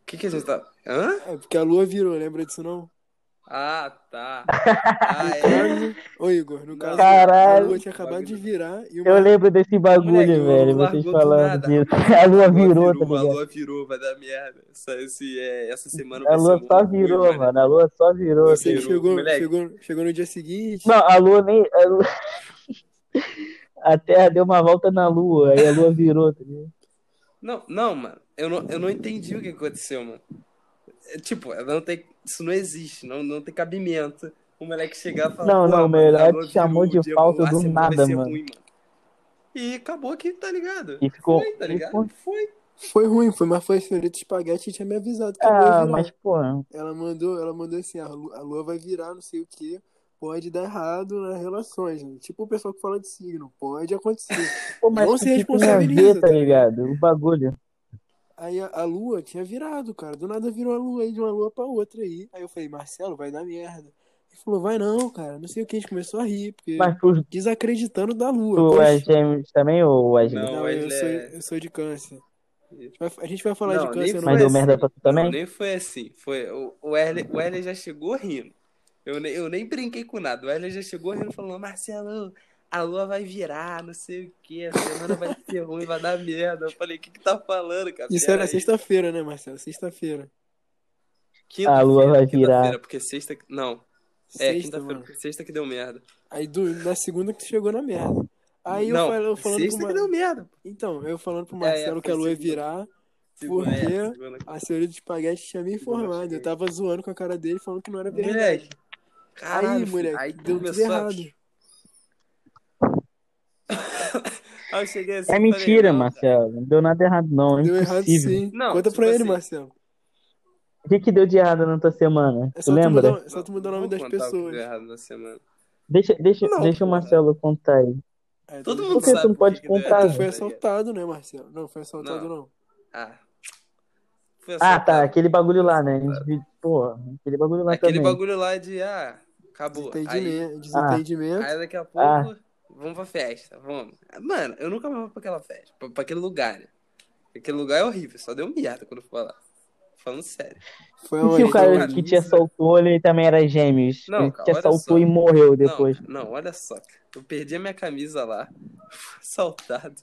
C: que que a gente tá... Hã?
A: É porque a lua virou, lembra disso não?
C: Ah, tá. Ah, é.
A: Ô Igor, no caso,
B: Caralho.
A: a lua tinha acabado de virar e o
B: Eu
A: Mar-
B: lembro desse bagulho,
C: Moleque, o
B: velho.
C: Lula
B: Vocês
C: largou do
B: falando
C: nada.
B: disso. A lua virou, tá
C: virou, a
B: ligado?
C: lua virou, vai dar merda. Essa, esse, é, essa semana
B: A
C: vai
B: lua
C: ser
B: só
C: muito ruim,
B: virou,
C: mano.
B: mano. A lua só virou.
A: Eu sei que
C: virou,
A: chegou,
C: moleque.
A: chegou, chegou no dia seguinte.
B: Não, a lua nem. A, lua- a Terra deu uma volta na lua, aí a lua virou, tá ligado?
C: Não, não, mano. Eu não, eu não entendi o que aconteceu, mano. É, tipo, ela não tem, isso não existe, não, não tem cabimento. O moleque chegar e falar.
B: Não,
C: "Pô,
B: não,
C: mano,
B: melhor é
C: a lua
B: te chamou
C: virou,
B: de
C: um dia-
B: falta
C: a
B: do
C: semana vai
B: nada,
C: ser
B: mano.
C: ruim, mano. E acabou que, tá ligado?
B: E ficou.
C: Foi, tá
B: e
C: ligado?
B: ficou-
C: Foi.
A: Foi ruim, foi, mas foi a senhorita espaguete e tinha me avisado que a lua ia
B: Ah,
A: virar.
B: mas, pô,
A: Ela mandou, ela mandou assim, a lua, a lua vai virar, não sei o que, pode dar errado nas relações, né? Tipo o pessoal que fala de signo, pode acontecer.
B: pô, mas
A: Não
B: o
A: se
B: que tem a
A: responsabiliza,
B: ver, tá
A: tá
B: ligado? O bagulho.
A: Aí a, a lua tinha virado, cara. Do nada virou a lua aí, de uma lua pra outra aí. Aí eu falei, Marcelo, vai dar merda. Ele falou, vai não, cara. Não sei o que. A gente começou a rir, porque
B: Mas tu,
A: desacreditando da lua.
B: tu é
A: Poxa.
B: gêmeos também, ou é gêmeo?
C: Não,
A: Não, eu
C: ele
A: sou,
C: é-
A: eu sou de câncer. A gente vai, a gente vai falar
C: Não,
A: de
C: nem
A: câncer, não
C: foi
B: Mas
A: vai?
B: deu
C: assim.
B: merda pra tu
C: Não,
B: também?
C: nem foi assim. Foi, o, o, Erle, o Erle já chegou rindo. Eu, nem- eu nem brinquei com nada. O Erle já chegou rindo e falou: Marcelo, a lua vai virar, não sei o que, a semana vai ser ruim, vai dar merda. Eu falei, o que que tá falando, cara?
A: Isso
C: Pera
A: era
C: aí.
A: sexta-feira, né, Marcelo? Sexta-feira.
B: A lua vai
C: Quinta-feira,
B: virar.
C: quinta-feira, porque sexta... Não, é
A: Sexta,
C: quinta-feira,
A: mano.
C: porque sexta que deu merda.
A: Aí do, na segunda que tu chegou na merda. Aí eu
C: não,
A: falo- eu falando
C: sexta
A: pro
C: que
A: Mar-
C: deu merda.
A: Então, eu falando pro
C: É, é,
A: Marcelo que a
C: foi
A: lua ia
C: segunda.
A: virar,
C: Segunda, é,
A: Porque-
C: segunda.
A: a senhora de espaguete tinha me
C: Segunda,
A: informado. Eu
C: cheguei.
A: tava zoando com a cara dele, falando que não era verdade.
C: Moleque.
A: Aí,
C: Caralho,
A: moleque,
C: aí
A: deu tudo
C: começou a-
A: errado.
C: Aí eu cheguei assim,
B: É
C: falei,
B: mentira,
C: não,
B: Marcelo. Não deu nada errado, não. É
A: Deu errado
B: impossível.
A: sim.
C: Não,
A: Conta
C: tipo
A: pra ele,
C: assim,
A: Marcelo.
B: O que, que deu de errado na tua semana?
A: É
B: tu
A: só tu,
B: lembra?
A: mudar, é só tu mudar o nome
C: Vou
A: das
C: contar o que é. deu
A: pessoas.
C: errado na semana.
B: Deixa, deixa,
A: Não,
B: deixa o
C: porra.
B: Marcelo contar aí.
A: Aí,
C: Todo
A: tá
C: mundo
B: Por que tu
A: bom.
C: sabe
B: não pode
C: que deu
B: contar,
C: errado,
A: Tu
B: sabe?
A: foi
C: né?
A: assaltado, né, Marcelo? Não, foi assaltado
C: Não.
A: não.
C: Ah. Foi
B: Ah,
C: assaltado.
B: tá. Aquele bagulho lá, né? Indivi- Porra, aquele bagulho lá
C: Aquele
B: também.
C: bagulho lá de, ah, acabou. Aí, Ah.
A: Desentendimento, desentendimento.
C: aí daqui a pouco,
B: Ah.
C: vamos pra festa, vamos. Mano, eu nunca mais vou pra aquela festa, pra, pra aquele lugar, né? Aquele lugar é horrível, só deu merda quando eu for lá. Falando sério.
A: Foi
B: E se
A: aonde?
B: o cara
C: então,
B: que te
C: isso-
B: assaltou, ele também era gêmeos?
C: Não,
B: ele
C: cara,
B: te
C: olha
B: assaltou
C: só.
B: e morreu depois.
C: Não, não, olha só. cara. Eu perdi a minha camisa lá, fui assaltado.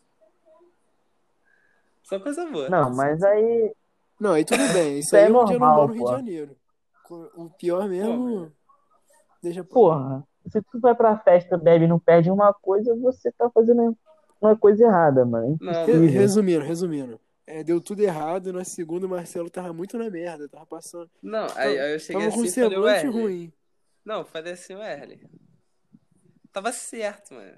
C: Só coisa boa.
B: Não, mas aí.
A: Não, aí tudo bem. Isso
B: é
A: aí é um dia normal
B: normal,
A: no Rio
B: pô.
A: de Janeiro. O pior mesmo.
C: velho.
A: Deixa pra lá.
B: Porra, se tu vai pra festa, bebe e não perde uma coisa, você tá fazendo uma coisa errada, mano.
C: Não,
A: Re-
B: Impossível.
A: Resumindo, resumindo. É, deu tudo errado. Na segunda, o Marcelo tava muito na merda. Tava passando.
C: Não, aí, aí eu cheguei
A: Tava com
C: assim
A: um
C: e falei,
A: semblante
C: Werley.
A: ruim.
C: Não, eu falei assim, Werley. Tava certo, mano.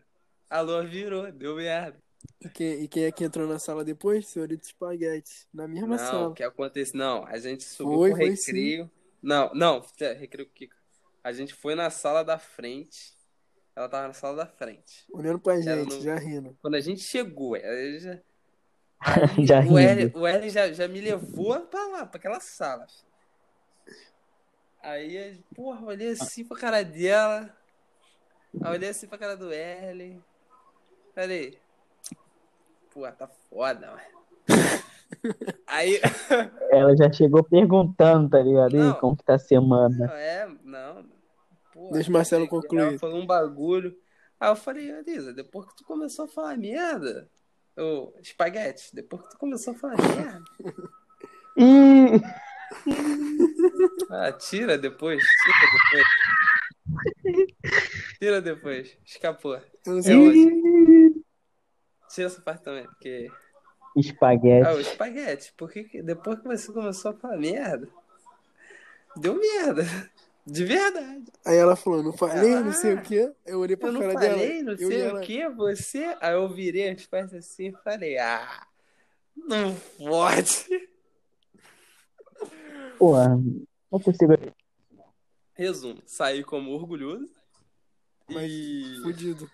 C: A lua virou, deu merda.
A: E quem, e quem é que entrou na sala depois? Senhorita Espaguete. Na mesma
C: Não,
A: sala.
C: o que aconteceu? Não, a gente subiu
A: Foi,
C: pro
A: foi
C: recreio. Não, não, é, recreio Kiko. A gente foi na sala da frente. Ela tava na sala da frente.
A: Olhando pra gente,
C: não-
A: já rindo.
C: Quando a gente chegou, ela já...
A: Tá
B: Já
C: o L,
B: rindo.
C: o L já, já me levou pra lá, pra aquela sala. Aí, porra, olhei assim pra cara dela. Aí olhei assim pra cara do L. Falei, porra, tá foda, mano. Aí,
B: Ela já chegou perguntando, tá ligado? E
C: Não.
B: como que tá a semana?
C: Não, é, não. Porra,
A: né? Deixa o Marcelo
C: ela
A: concluir.
C: falou um bagulho. Aí eu falei, Elisa, depois que tu começou a falar merda, ô, espaguete, depois que tu começou a falar merda, É
B: Ih,
C: ah, tira depois, tira depois. Tira depois, escapou.
A: Eu não
C: É
A: sei.
C: hoje.
B: ih,
C: Tira essa parte também, porque... Ah, o
B: espaguete.
C: espaguete, por que que depois que você começou a falar merda, deu merda, de verdade.
A: Aí ela falou, não falei,
C: Ah.
A: não sei o quê. Eu olhei pra
C: Eu não
A: cara
C: falei,
A: dela.
C: não
A: eu
C: sei
A: e
C: o
A: ela-
C: que, você. Aí eu virei as costas assim e falei, ah, não pode.
B: Porra, não é consigo.
C: Resumo, saí como orgulhoso
A: Mas
C: e
A: Fudido.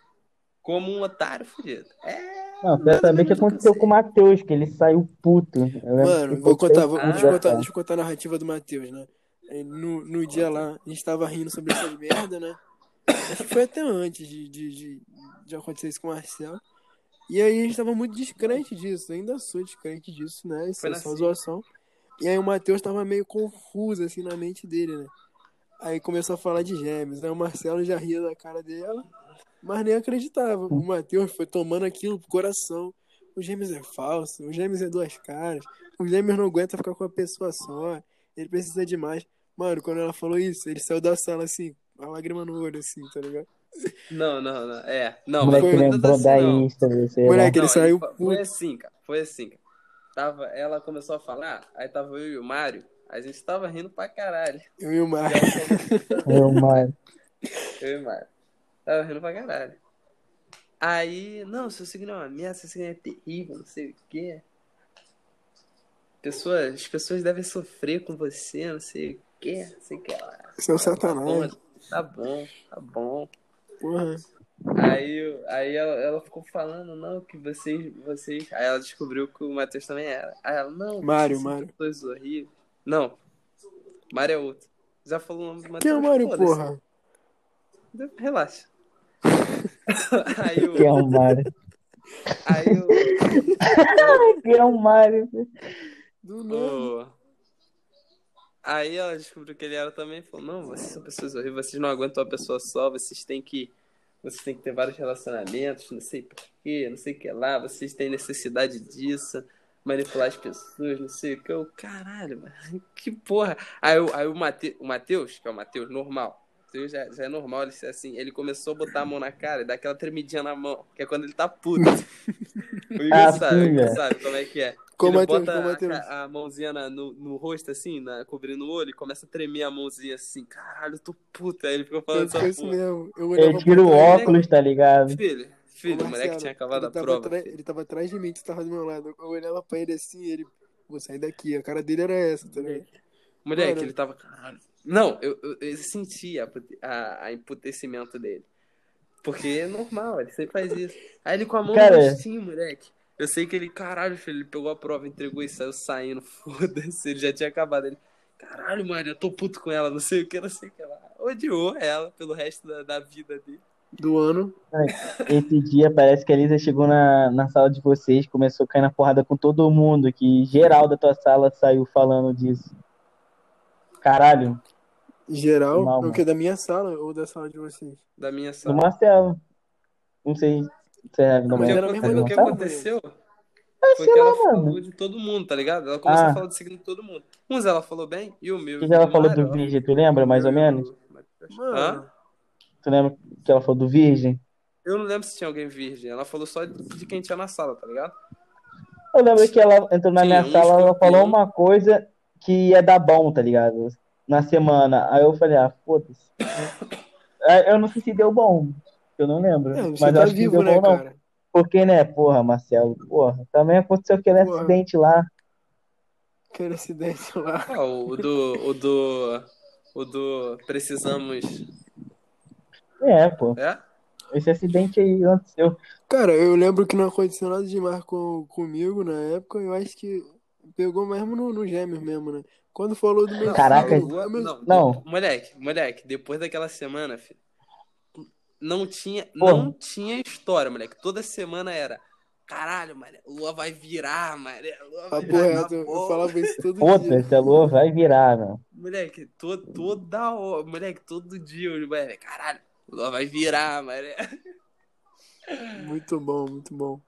C: como um otário fudido. É,
B: Não, quero saber o que aconteceu com o Matheus, que ele saiu puto. Eu lembro
A: Mano,
B: que
A: vou
B: foi
A: contar, vou,
C: Ah.
A: deixa, eu contar, deixa eu contar a narrativa do Matheus, né? É, No, no dia lá, a gente tava rindo sobre essa merda, né? Acho que foi até antes de, de, de, de acontecer isso com o Marcelo. E aí a gente tava muito descrente disso, ainda sou descrente disso, né? Isso
C: Foi
A: é
C: na
A: só
C: sexta.
A: zoação. E aí o Matheus tava meio confuso, assim, na mente dele, né? Aí começou a falar de gêmeos, aí o Marcelo já ria da cara dela, mas nem acreditava. O Matheus foi tomando aquilo pro coração. O gêmeos é falso, o gêmeos é duas caras, o gêmeos não aguenta ficar com uma pessoa só, ele precisa de mais. Mano, quando ela falou isso, ele saiu da sala assim, uma lágrima no olho, assim, tá ligado?
C: não, não, não, é,
B: O
C: não,
B: moleque
C: não foi
B: lembrou
C: assim,
B: da
C: não.
B: Insta, você.
A: Moleque,
B: Moleque...
A: ele
C: Não,
A: saiu
C: fa- Foi
A: puto.
C: assim, cara. Foi assim, cara. Tava, ela começou a falar, aí tava eu e o Mário, a gente tava rindo pra caralho.
A: Eu e o Mar.
B: Eu, mano.
C: Eu e o Mário. Tava rindo pra caralho. Aí, não, seu signo é uma ameaça, seu signo é terrível, não sei o quê. Pessoas, as pessoas devem sofrer com você, não sei o quê, não sei o que lá.
A: Isso é um
C: Tá bom,
A: satanás.
C: tá bom, tá bom.
A: Porra.
C: Aí, eu- aí ela, ela ficou falando, não, que vocês, vocês. Aí ela descobriu que o Matheus também era. Aí ela, não,
A: Mário,
C: vocês são
A: Mário.
C: pessoas horríveis. Não, Mário é outro. Já falou o nome do Matheus.
A: Quem é o Mário,
C: foda-se.
A: porra?
C: Relaxa. aí
B: Que é
C: eu.
B: o Mário.
C: Aí eu.
B: Que é o Mário.
A: Do nada.
C: Ô. Aí ela descobriu que ele era também e falou: Não, vocês são pessoas horríveis, vocês não aguentam uma pessoa só, vocês têm que vocês têm que ter vários relacionamentos, não sei porquê, não sei o que lá, vocês têm necessidade disso, manipular as pessoas, não sei o que. Eu, caralho, mano, que porra. Aí, eu- aí o, Mate, o Matheus, que é o Matheus, normal. o Matheus Já, já é normal, ele ser assim, ele começou a botar a mão na cara e dá aquela tremidinha na mão, que é quando ele tá puto. o Igor
B: Ah,
C: sabe, o
B: sim,
C: Igor
B: é.
C: sabe como é que é.
A: Como
C: ele
A: Matheus,
C: bota
A: como
C: a
A: Matheus.
C: ca- a, mãozinha na- no, no rosto, assim, na, cobrindo o olho, e começa a tremer a mãozinha assim, caralho, eu tô puto. Aí ele ficou falando
A: Eu
C: essa
A: fico isso
C: porra.
A: assim mesmo. Eu
B: Ele
A: olhava
B: tira o
A: pra trás,
B: óculos, tá ligado?
C: Filho, filho,
A: Ô,
C: o moleque
A: Marcelo,
C: tinha acabado
A: é,
C: a
A: ele tava
C: prova.
A: atrás-
C: filho.
A: Ele tava atrás de mim, tu tava do meu lado. Eu olhava pra ele assim, ele. Vou sair daqui. A cara dele era essa, tá ligado?
C: Moleque,
A: Mano.
C: é ele tava. Caralho. Não, eu, eu, eu sentia a, pute- a, a emputecimento dele. Porque é normal, ele sempre faz isso. Aí ele com a mão
B: Cara. é.
C: no rostinho, moleque. Eu sei que ele, caralho, filho, ele pegou a prova, entregou e saiu saindo, foda-se, ele já tinha acabado. Ele, caralho, mano, eu tô puto com ela, não sei o que, não sei o que lá. Odiou ela pelo resto da, da vida dele.
A: Do ano.
B: Esse dia parece que a Lisa chegou na, na sala de vocês, começou a cair na porrada com todo mundo, que geral da tua sala saiu falando disso. Caralho,
A: Geral.
B: Não,
A: o que? é Da minha sala ou da sala de vocês?
C: Da minha
B: do
C: sala.
B: Marcelo. Não sei se é do
A: Não, mas
C: Porque
B: Marcelo.
A: era a mesma
C: o que
A: época.
C: aconteceu foi
B: Tá sei
C: que ela
B: lá, mano.
C: falou de todo mundo, tá ligado? Ela começou
B: Ah.
C: a falar do signo de todo mundo. Uns ela falou bem e o meu.
B: O que ela
C: do
B: falou
C: Mário,
B: do
C: ela-
B: Virgem, tu lembra mais ou
C: o meu e
B: menos?
C: do Matheus.
A: Mano.
C: Hã?
B: Tu lembra que ela falou do Virgem?
C: Eu não lembro se tinha alguém virgem. Ela falou só de de quem tinha na sala, tá ligado?
B: Eu lembro que ela entrou na
C: Sim,
B: minha
C: um
B: sala, ela
C: escorpião.
B: falou uma coisa que ia dar bom, tá ligado? Na semana. Aí eu falei, ah, foda-se. Aí Eu não sei se deu bom. Eu não lembro.
A: É, você
B: mas eu
A: tá
B: acho que
A: vivo,
B: não deu
A: né,
B: bom, não.
A: cara?
B: Porque, né, porra, Marcelo, porra, também aconteceu aquele
A: Porra.
B: acidente lá.
A: Aquele acidente lá.
C: Ah, o do. O do. O do. Precisamos.
B: É, pô,
C: É?
B: esse acidente aí aconteceu.
A: Cara, eu lembro que não aconteceu nada demais com, comigo na época. Eu acho que pegou mesmo no, no gêmeos mesmo, né? Quando falou do meu
B: Caraca.
A: filho,
C: Não,
A: eu- meu-
C: não,
B: Não.
C: Moleque, moleque, depois daquela semana, filho, não tinha,
B: Porra.
C: não tinha história, moleque. Toda semana era. Caralho, mané, lua vai virar, mané. Lua vai
A: Papo
C: virar.
A: reto, eu
C: porra."
A: falava isso todo
B: Puta,
A: dia.
B: essa lua é vai virar, mano.
C: Moleque, to, toda hora, moleque, todo dia, eu, moleque, caralho, lua vai virar, mané.
A: Muito bom, muito bom.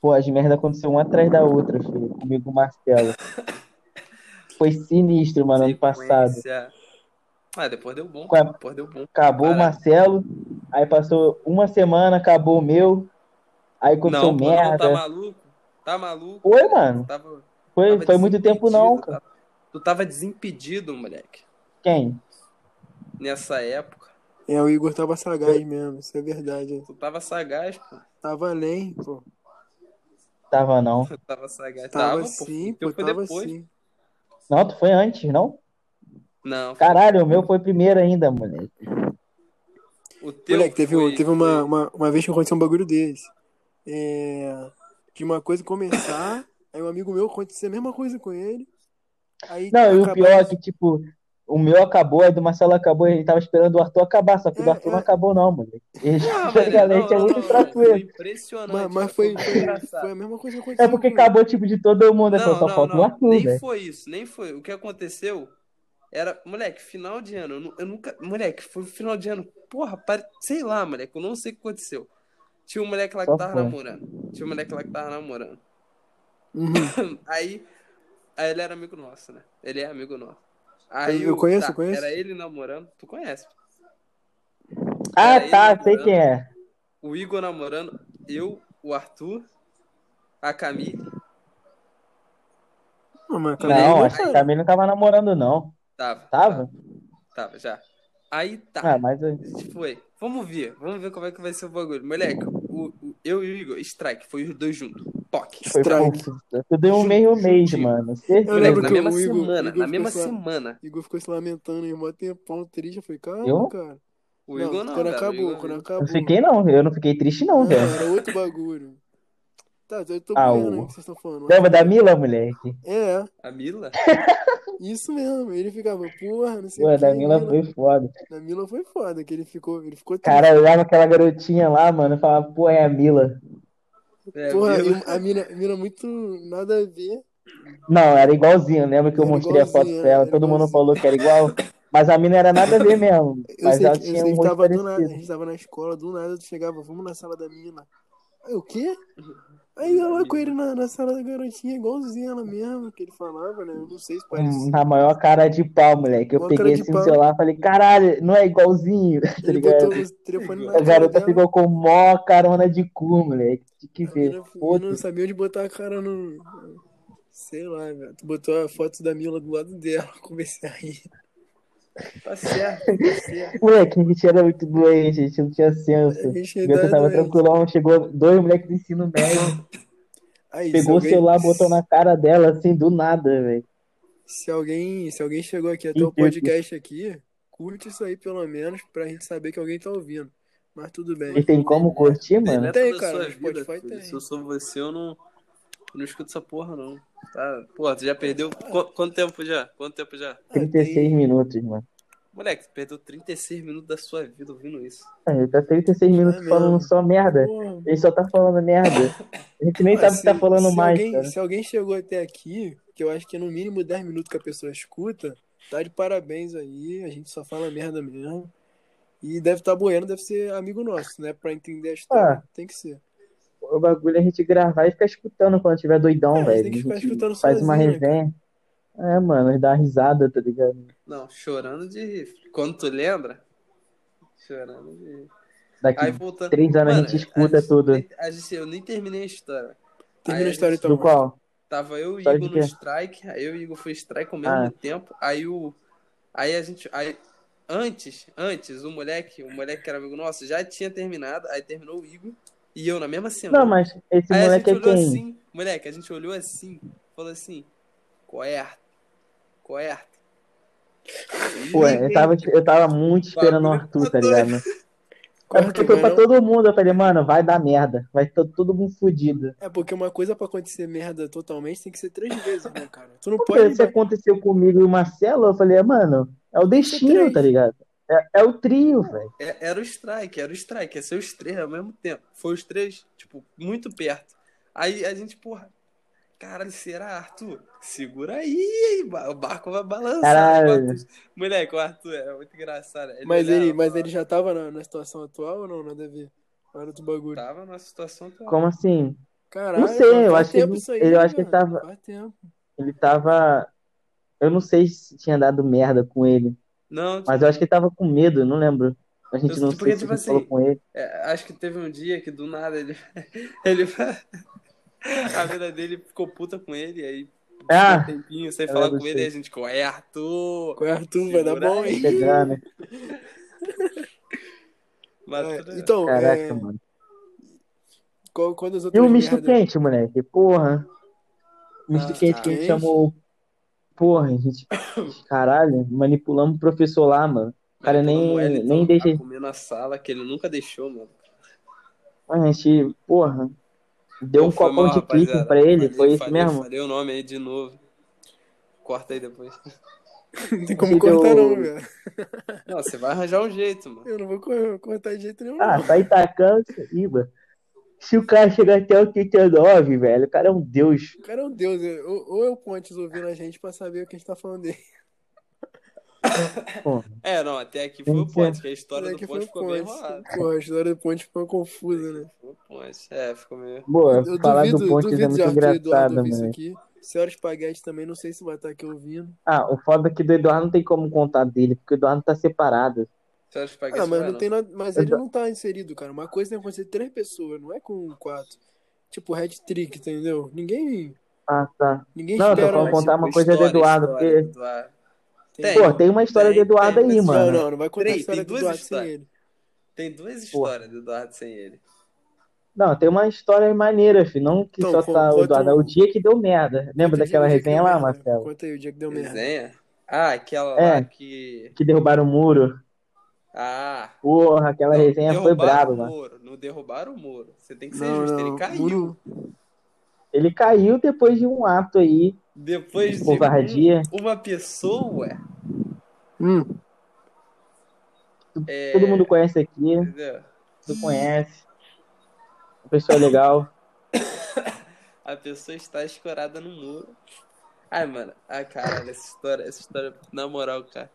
B: Pô, as merdas aconteceram uma atrás da outra, filho, comigo e o Marcelo. Foi sinistro, mano, ano passado.
C: Sequência. Ah, depois deu bom.
B: Qual é?
C: Depois deu bom.
B: Acabou o
C: Caraca.
B: Marcelo, aí passou uma semana, acabou o meu, aí aconteceu
C: Não, pô, não,
B: merda.
C: tá maluco? Tá maluco?
B: Oi, mano.
C: Tava,
B: foi
C: tava
B: foi muito tempo não,
C: desimpedido,
B: cara.
C: tava- Tu tava desimpedido, moleque,
B: Quem?
C: nessa época.
A: É, o Igor tava sagaz mesmo, isso é verdade.
C: Tu tava sagaz, pô.
A: Tava além, pô.
B: Tava não.
C: Tu É, tava sagaz.
A: Tava,
C: pô.
A: sim,
C: Teu
A: pô,
C: foi
A: tava
C: depois.
A: sim.
B: Não, tu foi antes, não?
C: Não,
B: Caralho, o meu foi primeiro ainda, moleque.
C: o teu
A: Moleque, teve, um-
C: foi-
A: teve uma,
C: foi-
A: uma, uma vez que aconteceu um bagulho desse. É, de uma coisa começar, aí um amigo meu aconteceu a mesma coisa com ele. Aí
B: Não, e o
A: acabar-
B: pior é que, tipo, o meu acabou, aí do Marcelo acabou, ele tava esperando o Arthur acabar, só que o do
A: É,
B: Arthur
A: é.
B: não acabou, não, moleque. Ele,
C: Ah,
B: tá
C: mano,
B: ligado?
C: não,
B: Ele tinha
C: não,
B: muito
C: não, Foi
B: tranquilo.
C: impressionante.
A: Mas,
C: cara,
A: mas foi,
C: muito
A: foi,
C: né? engraçado.
A: foi a mesma coisa que aconteceu.
B: É porque
A: com ele.
B: acabou, tipo, de todo mundo, é só,
C: Não,
B: só
C: não,
B: falta o
C: não.
B: Arthur,
C: Nem
B: velho.
C: foi isso, nem foi. O que aconteceu era, moleque, final de ano. Eu, nu- eu nunca. Moleque, foi final de ano. Porra, pare... sei lá, moleque. Eu não sei o que aconteceu. Tinha um moleque lá que
B: Só
C: tava
B: foi.
C: namorando. Tinha um moleque lá que tava namorando.
A: Uhum.
C: Aí. Aí ele era amigo nosso, né? Ele é amigo nosso. Aí
A: Eu- eu
C: o-
A: conheço,
C: tá,
A: eu conheço.
C: Era ele namorando. Tu conhece?
B: Ah,
C: Era
B: tá,
C: ele
B: sei quem é.
C: O Igor namorando. Eu, o Arthur, a Camille.
A: Não, mas acabou.
B: Não,
C: Aí,
B: acho que
C: aí.
B: a Camila não tava namorando, não.
C: Tava.
B: Tava?
C: Tava, já. Aí tá.
B: Ah, mas eu-
C: A gente foi. Vamos ver, vamos ver como é que vai ser o bagulho. Moleque, o, o- eu e o Igor, strike, foi os dois juntos. Poc.
B: foi
A: Strike.
B: pouco. Tu deu um meio mês,
C: Juntinho.
B: mano.
A: Eu
B: Certeza.
A: lembro
C: Moleque, na
A: que o
C: mesma
A: Igor-
C: semana,
A: Igor
C: na mesma
A: ficou com a-
C: semana.
A: O Igor ficou se lamentando em mó tempão, triste. Eu falei, calma,
B: Eu?
A: cara.
C: O Igor não,
A: quando
C: cara, o
A: acabou,
C: Igor
A: quando
C: não.
A: acabou.
B: Eu fiquei, não. Eu não fiquei triste, não,
A: Não,
B: velho.
A: era outro bagulho. Tá, eu tô
B: Ah,
A: boiando
B: o-
A: aí o que vocês estão falando.
B: Lembra da Mila, moleque?
A: É,
C: A Mila?
A: isso mesmo. Ele ficava, porra, não sei o
B: Pô,
A: que.
B: da Mila
A: Mila.
B: foi foda.
A: Da Mila foi foda, que ele ficou, ele ficou triste.
B: Cara, eu olhava aquela garotinha lá, mano, e falava, pô, é a Mila.
C: É, a
A: Porra, e
C: Mila.
A: a mina, a mina muito nada a ver.
B: Não, era igualzinho. Lembra que eu
A: Era
B: mostrei a foto
A: igualzinho,
B: pra ela,
A: era
B: todo mundo
A: igualzinho.
B: falou que era igual. Mas a mina era nada a ver mesmo.
A: Eu
B: Mas
A: sei,
B: ela
A: que, eu
B: tinha
A: sei
B: um
A: que
B: rosto
A: tava do nada, a
B: parecido.
A: gente tava na escola, do nada tu chegava, vamos na sala da mina. Aí o quê? Aí eu lá com ele na, na sala da garotinha, igualzinha ela mesmo, que ele falava, né? Eu não sei se parece.
B: Um, Na maior cara de pau, moleque. Eu
A: Maior cara
B: peguei
A: de
B: assim
A: pau.
B: no celular e falei, caralho, não é igualzinho, tá
A: ele
B: ligado?
A: botou o telefone na
B: A
A: cara
B: garota
A: dela,
B: ficou com mó carona de cu, moleque. Tinha que
A: a
B: ver.
A: mina, a mina não
B: Foda-se.
A: sabia onde botar a cara no... Sei lá, velho. Tu botou a foto da Mila do lado dela, comecei a rir.
C: Tá certo, tá certo.
B: Moleque, a gente era muito doente, a gente não tinha senso.
A: A gente
B: Viu que
A: ainda
B: eu tava
A: doente.
B: tranquilão, chegou dois moleques do ensino médio,
A: Aí, se
B: pegou o
A: alguém-
B: celular, botou na cara dela, assim, do nada, velho.
A: Se alguém, se alguém chegou aqui até
B: Ih,
A: o podcast aqui, curte isso aí pelo menos pra gente saber que alguém tá ouvindo. Mas tudo bem.
B: E tem como
A: é
B: curtir,
C: Tem
B: mano?
C: meta
A: Tem,
C: da
A: cara,
C: sua
A: no
C: vida,
A: Spotify
C: filho.
A: tem.
C: Se eu sou você, eu não, eu não escuto essa porra, não. Tá, porra, tu já perdeu. qu- quanto tempo já? Quanto tempo já?
A: Ah,
B: 36 minutos, mano.
C: Moleque, tu perdeu 36 minutos da sua vida ouvindo isso.
B: Ah, Ele tá 36 minutos
A: É mesmo.
B: falando só merda.
A: Porra.
B: Ele só tá falando merda. A gente nem
A: Ah,
B: sabe o
A: se-
B: que tá falando
A: se
B: mais,
A: alguém,
B: cara.
A: Se alguém chegou até aqui, que eu acho que é no mínimo 10 minutos que a pessoa escuta, tá de parabéns aí, a gente só fala merda mesmo. E deve estar tá boiando, deve ser amigo nosso, né? Pra entender a
B: Ah.
A: história. Tem que ser.
B: O bagulho é a gente gravar e ficar escutando quando tiver doidão,
A: É,
B: velho.
A: tem que ficar
B: A gente
A: escutando
B: faz uma
A: sozinho, né, cara?
B: resenha. É, mano, dá uma risada, tá ligado?
C: Não, chorando de rir. Quando tu lembra? Chorando de rir.
B: Daqui
C: Aí voltando.
B: três anos a gente escuta
C: gente-
B: tudo.
C: é, a gente- eu nem terminei a história.
A: Termina
C: Aí
A: a história
C: gente-
B: do
A: então.
B: qual?
C: Tava eu e o
B: História de
C: Igor no
B: quê?
C: strike, aí eu e o Igor foi strike ao mesmo
B: Ah.
C: tempo. Aí o. Aí a gente. Aí, antes, antes, o moleque, o moleque que era amigo nosso, já tinha terminado. Aí terminou o Igor e eu na mesma semana.
B: Não, mas esse
C: aí a gente
B: moleque é
C: olhou
B: quem?
C: assim, moleque, a gente olhou assim, falou assim, coerto, coerto.
B: Ué, eu tava, eu tava muito esperando o Arthur, tá ligado? É porque foi pra
A: Não,
B: todo mundo, eu falei, mano, vai dar merda. Vai ter todo mundo fudido.
A: É porque uma coisa pra acontecer merda totalmente tem que ser três vezes, né, cara? Tu não
B: Porque
A: pode.
B: isso aconteceu comigo e o Marcelo, eu falei, mano, é o destino,
A: três.
B: tá ligado? É, é o trio, velho.
C: É- Era o strike, era o strike, ia ser os três ao mesmo tempo. Foi os três, tipo, muito perto. Aí a gente, porra, caralho, será, Arthur? Segura aí, ba- o barco vai balançar.
B: Caralho.
C: O Arthur- Moleque, o Arthur é muito engraçado. Ele
A: Mas ele,
C: olhava,
A: mas ele já tava na, na situação atual ou não? Nada a ver. Olha do bagulho.
C: Tava na situação atual.
B: Como assim?
A: Caralho,
B: Não sei,
A: mano,
B: eu
A: faz
B: acho que
A: tempo
B: ele-
A: isso aí,
B: eu acho que
A: velho.
B: ele tava-
A: Faz tempo.
B: Ele tava. Eu não sei se tinha dado merda com ele,
C: Não, tipo,
B: mas eu acho que ele tava com medo, não lembro. A gente
C: Eu-
B: não
C: tipo,
B: sei
C: porque,
B: se
C: tipo
B: a gente falou
C: assim,
B: com ele.
C: é, acho que teve um dia que do nada ele. ele a vida dele ficou puta com ele, aí.
B: Ah, É
C: ficou um tempinho sem
B: eu
C: falar
B: lembro
C: com ele, aí a
B: disso.
C: gente, qual é, Arthur?
A: Qual é, Arthur? Vai dar
C: Segura
A: bom, hein?
B: Chegando.
C: Mas
A: É,
C: Tá tudo-
A: então,
B: Caraca,
A: é,
B: mano.
A: qual- quando as
B: E
A: outras
B: o misto
A: merda-
B: quente, moleque? Porra. O misto
A: Ah,
C: tá,
B: quente que a
A: quente.
C: é
B: gente chamou. Porra, a gente. Caralho, manipulamos o professor lá, mano. O cara nem,
C: Manipulamos o Wellington
B: nem deixa.
C: então, tá a comer na sala, que ele nunca deixou, mano.
B: A gente, porra. Deu um
C: Pô, foi
B: copão
C: mal,
B: de clipe
C: rapaziada.
B: pra ele,
C: Falei-
B: foi isso
C: falei-
B: mesmo?
C: Falei o nome aí de novo. Corta aí depois.
A: Não tem como
B: Ele
A: cortar,
B: deu-
A: não, velho.
C: Não, você vai arranjar um jeito, mano.
A: Eu não vou co- cortar de jeito nenhum,
B: Ah,
A: não.
B: sai tacando isso aí, mano. Se o cara chegar até o 39, velho, o cara é um deus.
A: O cara é um deus. né? Ou, ou é o Pontes ouvindo a gente pra saber o que a gente tá falando dele.
B: Pô,
C: É, não, até aqui foi
B: Tem
C: o
B: que
C: Ponte, que a história
A: Olha
C: do
A: É que foi
C: Ponte
A: o
C: ficou bem
A: Pontes.
C: enrolada.
A: Pô, a história do Pontes ficou confusa, né?
C: Foi o Ponte. É, ficou meio.
B: Boa,
A: Eu
B: falar
A: duvido,
B: do Pontes
A: duvido
B: é muito
A: de Arthur e
B: engraçado,
A: Eduardo ouvir isso
B: mano.
A: aqui. Senhora Espaguete também, não sei se vai estar aqui ouvindo.
B: Ah, o foda é que do Eduardo não tem como contar dele, porque o Eduardo tá separado.
C: Senhora Espaguete
A: Ah, mas
C: vai,
A: não tem nada. Mas
B: Eu
A: ele
B: tô-
A: não tá inserido, cara. Uma coisa tem que acontecer três pessoas, não é com quatro. Tipo, hat trick, entendeu? Ninguém.
B: Ah, tá.
A: Ninguém
B: Não, eu tô
A: espera.
B: falando
A: Não,
B: contar uma coisa do Eduardo,
C: história
B: porque-
C: do Eduardo.
A: tipo, Tem.
B: Pô, tem uma história
C: tem,
B: do Eduardo
C: tem,
B: aí,
C: mas-
A: não,
B: mano.
A: não, vai contar a
C: Três,
A: história
C: tem
A: do
C: duas
A: Eduardo sem
C: histórias.
A: ele.
C: Tem duas
B: Porra.
C: histórias do Eduardo sem ele.
B: Não, tem uma história maneira, filho. Não que
A: Então,
B: só
A: co-
B: tá o
A: conta
B: Eduardo. É
A: um-
B: o dia que deu merda. Lembra
A: Conta o dia-
B: daquela
A: o dia que
B: resenha
A: deu
B: lá,
A: merda.
B: Marcelo?
A: Conta aí o dia que deu merda.
C: Resenha? Ah, aquela
B: É.
C: lá que.
B: Que derrubaram o muro.
C: Ah.
B: Porra, aquela
C: Não,
B: resenha foi
C: derrubaram
B: braba,
C: o
B: mano.
C: Moro. Não derrubaram o Moro. Você tem que ser
A: Não,
C: justo. Ele
A: não,
C: caiu.
A: Muro-
B: Ele caiu depois de um ato aí, tipo,
C: Depois de
B: covardia.
C: um- uma pessoa.
A: Hum,
C: É,
B: Todo mundo conhece aqui,
C: entendeu?
B: tu conhece. Uma pessoa legal.
C: A pessoa está escorada no muro. Ai, mano. Ai, caralho, essa história, essa história, na moral, cara.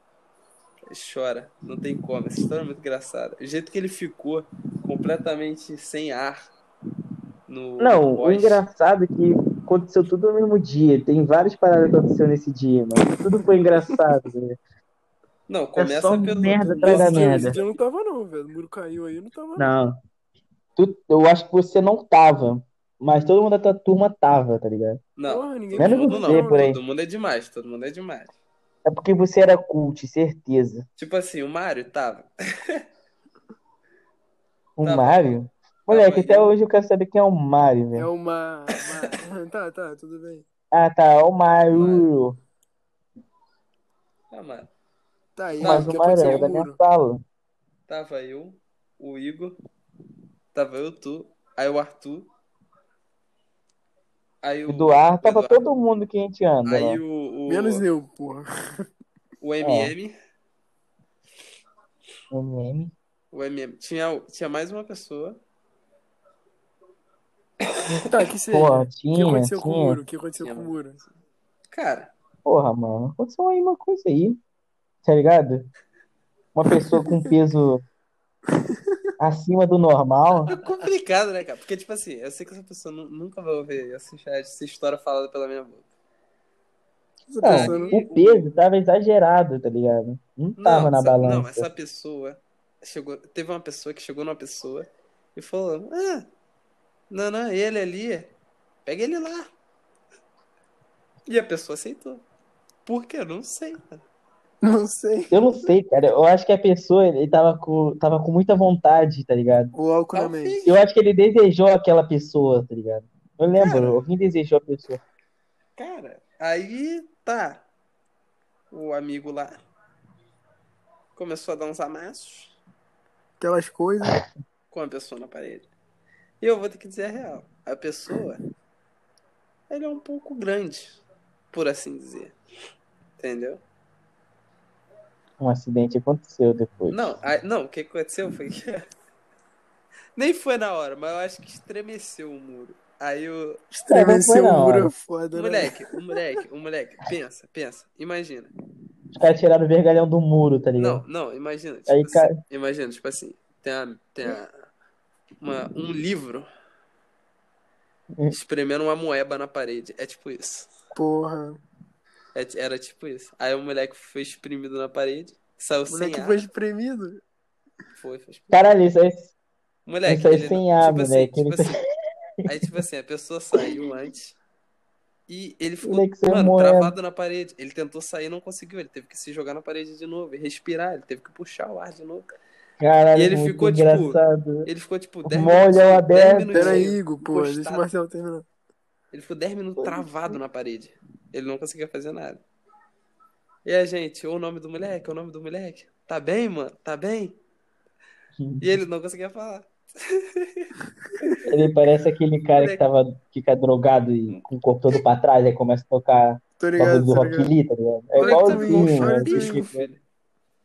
C: chora, não tem como. Essa história é muito engraçada. O jeito que ele ficou completamente sem ar no.
B: Não, o
C: pós.
B: engraçado é que aconteceu tudo no mesmo dia. Tem várias paradas que aconteceram nesse dia, mano. Tudo foi engraçado. né? velho.
C: Não, começa
B: é só
C: pelo.
B: merda atrás da
A: Esse dia-
B: merda.
A: Esse dia eu não tava não, velho. O muro caiu aí, eu não tava não.
B: Não. Tu- eu acho que você não tava. Mas todo mundo da tua turma tava, tá ligado?
C: Não,
A: Porra, ninguém
B: Menos
A: me
C: todo
A: falou, né?
B: você,
C: não.
B: por aí.
C: Todo mundo é demais, todo mundo é demais.
B: É porque você era cult, certeza.
C: Tipo assim, o Mário tava.
B: O
C: Tava.
B: Mario? Moleque,
C: mas
B: até
C: eu-
B: hoje eu quero saber quem é o Mario,
A: É
B: velho.
A: uma... uma- tá, tá, tudo bem.
B: Ah, tá, é o Mario.
C: Ah, mano.
A: Tá, e aí,
B: Mas
A: o
B: o
A: que
B: Mario
A: aconteceu
B: era
A: com
B: da
A: o
B: minha
A: muro?
B: sala.
C: Tava eu, o Igor, tava eu, tu, aí o Arthur. Aí o.
B: Eduardo, tava
C: Eduardo.
B: todo mundo que a gente anda.
C: Aí
B: né?
C: o. o
A: Menos eu, porra.
C: O MM.
B: É. O meme.
C: O MM. Tinha, tinha mais uma pessoa.
A: Tá, que seja.
B: Porra,
A: O que
B: tinha,
A: aconteceu com o
B: tinha.
A: muro? O que aconteceu com o muro?
C: Cara,
B: Porra, mano, aconteceu aí uma coisa aí, tá ligado? Uma pessoa com peso acima do normal.
C: é complicado, né, cara? Porque, tipo assim, eu sei que essa pessoa nu- nunca vai ouvir essa, essa história falada pela minha boca.
A: Você
B: Não,
A: pensando... um
C: Aí-
B: Ah, É, o peso tava exagerado, tá ligado? Não tava na
C: essa, um Não,
B: balança.
C: essa pessoa chegou. Teve uma pessoa que chegou numa pessoa e falou: Ah, não, não, ele ali, pega ele lá. E a pessoa aceitou. Por quê? Eu não sei. cara.
A: Não sei.
B: Eu não sei, cara. Eu acho que a pessoa ele tava com, tava com muita vontade, tá ligado?
A: O
C: É
A: álcool na mente.
C: Talvez.
B: Eu acho que ele desejou aquela pessoa, tá ligado? Eu lembro, alguém desejou a pessoa.
C: Cara, aí tá. O amigo lá começou a dar uns amassos
A: Aquelas coisas.
B: É,
C: com a pessoa na parede. E eu vou ter que dizer a real. A pessoa, ela é um pouco grande, por assim dizer. Entendeu?
B: Um acidente aconteceu depois.
C: Não, a- não, o que aconteceu foi que. Nem foi na hora, mas eu acho que estremeceu o muro. Aí o.
A: Estremeceu
B: Não, não
A: o
B: foi não.
A: muro é foda, né?
C: Moleque, o moleque, o moleque. Pensa, pensa. Imagina.
B: Os caras tiraram o vergalhão do muro, tá ligado?
C: Não, não, imagina. Tipo
B: Aí,
C: assim,
B: cara-
C: Imagina, tipo assim, tem, a, tem a, uma- um livro
B: Hum.
C: espremendo uma moeba na parede. É tipo isso.
A: Porra.
C: É ti- era tipo isso. Aí o moleque foi espremido na parede, saiu
A: O moleque
C: sem
A: foi
C: ar.
A: espremido.
C: Foi, foi espremido.
B: Caralho, isso aí
C: Moleque,
B: Isso aí
C: ele-
B: sem ar,
C: tipo assim,
B: moleque,
C: tipo
B: ele-
C: assim. Aí, tipo assim, a pessoa saiu antes e ele ficou,
B: Moleque, você é
C: mano,
B: moeda.
C: travado na parede. Ele tentou sair e não conseguiu. Ele teve que se jogar na parede de novo e respirar. Ele teve que puxar o ar de novo.
B: Caralho,
C: E ele
B: muito
C: ficou, tipo,
B: engraçado.
C: Ele ficou, tipo, 10
B: Molha
C: minutos.
B: o aberto.
A: Pera aí, Igor, porra.
C: encostado.
A: Deixa o Marcelo terminar.
C: Ele ficou 10 minutos travado na parede. Ele não conseguia fazer nada. E a gente, o nome do moleque, o nome do moleque. Tá bem, mano? Tá bem? E ele não conseguia falar.
B: Ele parece aquele cara que tava, fica drogado e com o corpo todo pra trás, aí começa a tocar
A: Tô ligado,
B: bagulho
A: tô
B: do Rock
A: ligado.
B: Lee, tá ligado? É
C: O moleque teve
A: igualzinho,
C: um
A: né?
C: chupisco,
B: Tipo,
C: filho.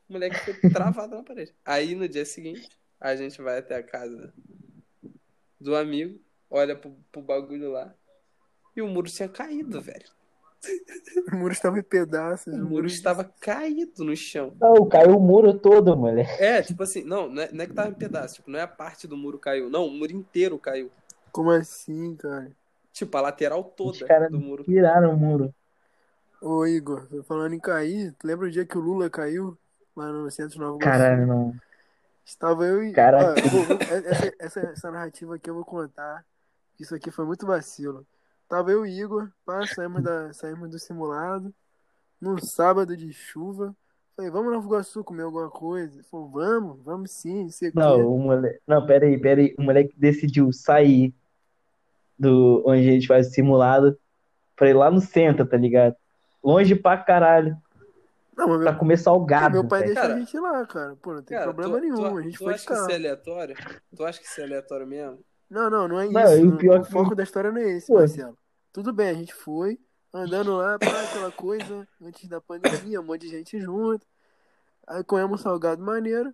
C: O moleque ficou travado na parede. Aí no dia seguinte, a gente vai até a casa do amigo, olha pro, pro bagulho lá. E o muro tinha caído, velho.
A: O muro estava em pedaços.
C: O
A: O
C: muro
A: muro
C: estava caído no chão.
B: Não, caiu o muro todo, moleque.
C: É, tipo assim, não, não é, não é que tava em pedaço, tipo, não é a parte do muro caiu, não, o muro inteiro caiu.
A: Como assim, cara?
C: Tipo, a lateral
B: Os
C: toda
B: cara-
C: do muro.
B: Tiraram o muro.
A: Ô, Igor, tô falando em cair, tu lembra o dia que o Lula caiu? Lá no centro de Nova Iguaçu?
B: Caralho, não.
A: Estava eu e.
B: Caraca.
A: Ah, vou- vou- essa, essa, essa narrativa aqui eu vou contar. Isso aqui foi muito vacilo. Tava eu e Igor, pá, saímos, da, saímos do simulado, num sábado de chuva. Falei, vamos no Iguaçu comer alguma coisa? Ele falou, vamos, vamos sim, não sei o quê.
B: Não, o moleque. Não, peraí, peraí. O moleque decidiu sair do onde a gente faz o simulado pra ir lá no centro, tá ligado? Longe pra caralho.
A: Não, mas
B: Pra
A: meu,
B: comer salgado.
A: meu pai
B: tá
A: deixou a
B: velho.
C: Cara,
A: gente ir lá, cara. Pô, não tem
C: Cara,
A: problema
C: tu,
A: nenhum,
C: tu,
A: a gente
C: tu
A: foi de
C: acha que isso é
A: carro.
C: aleatório? Tu acha que isso é aleatório mesmo?
A: Não, não, não é
B: Não,
A: isso.
B: e o
A: não-
B: pior que-
A: foco da história não é esse,
B: Pô.
A: Marcelo. Tudo bem, a gente foi andando lá pra aquela coisa antes da pandemia, um monte de gente junto. Aí comemos um salgado maneiro.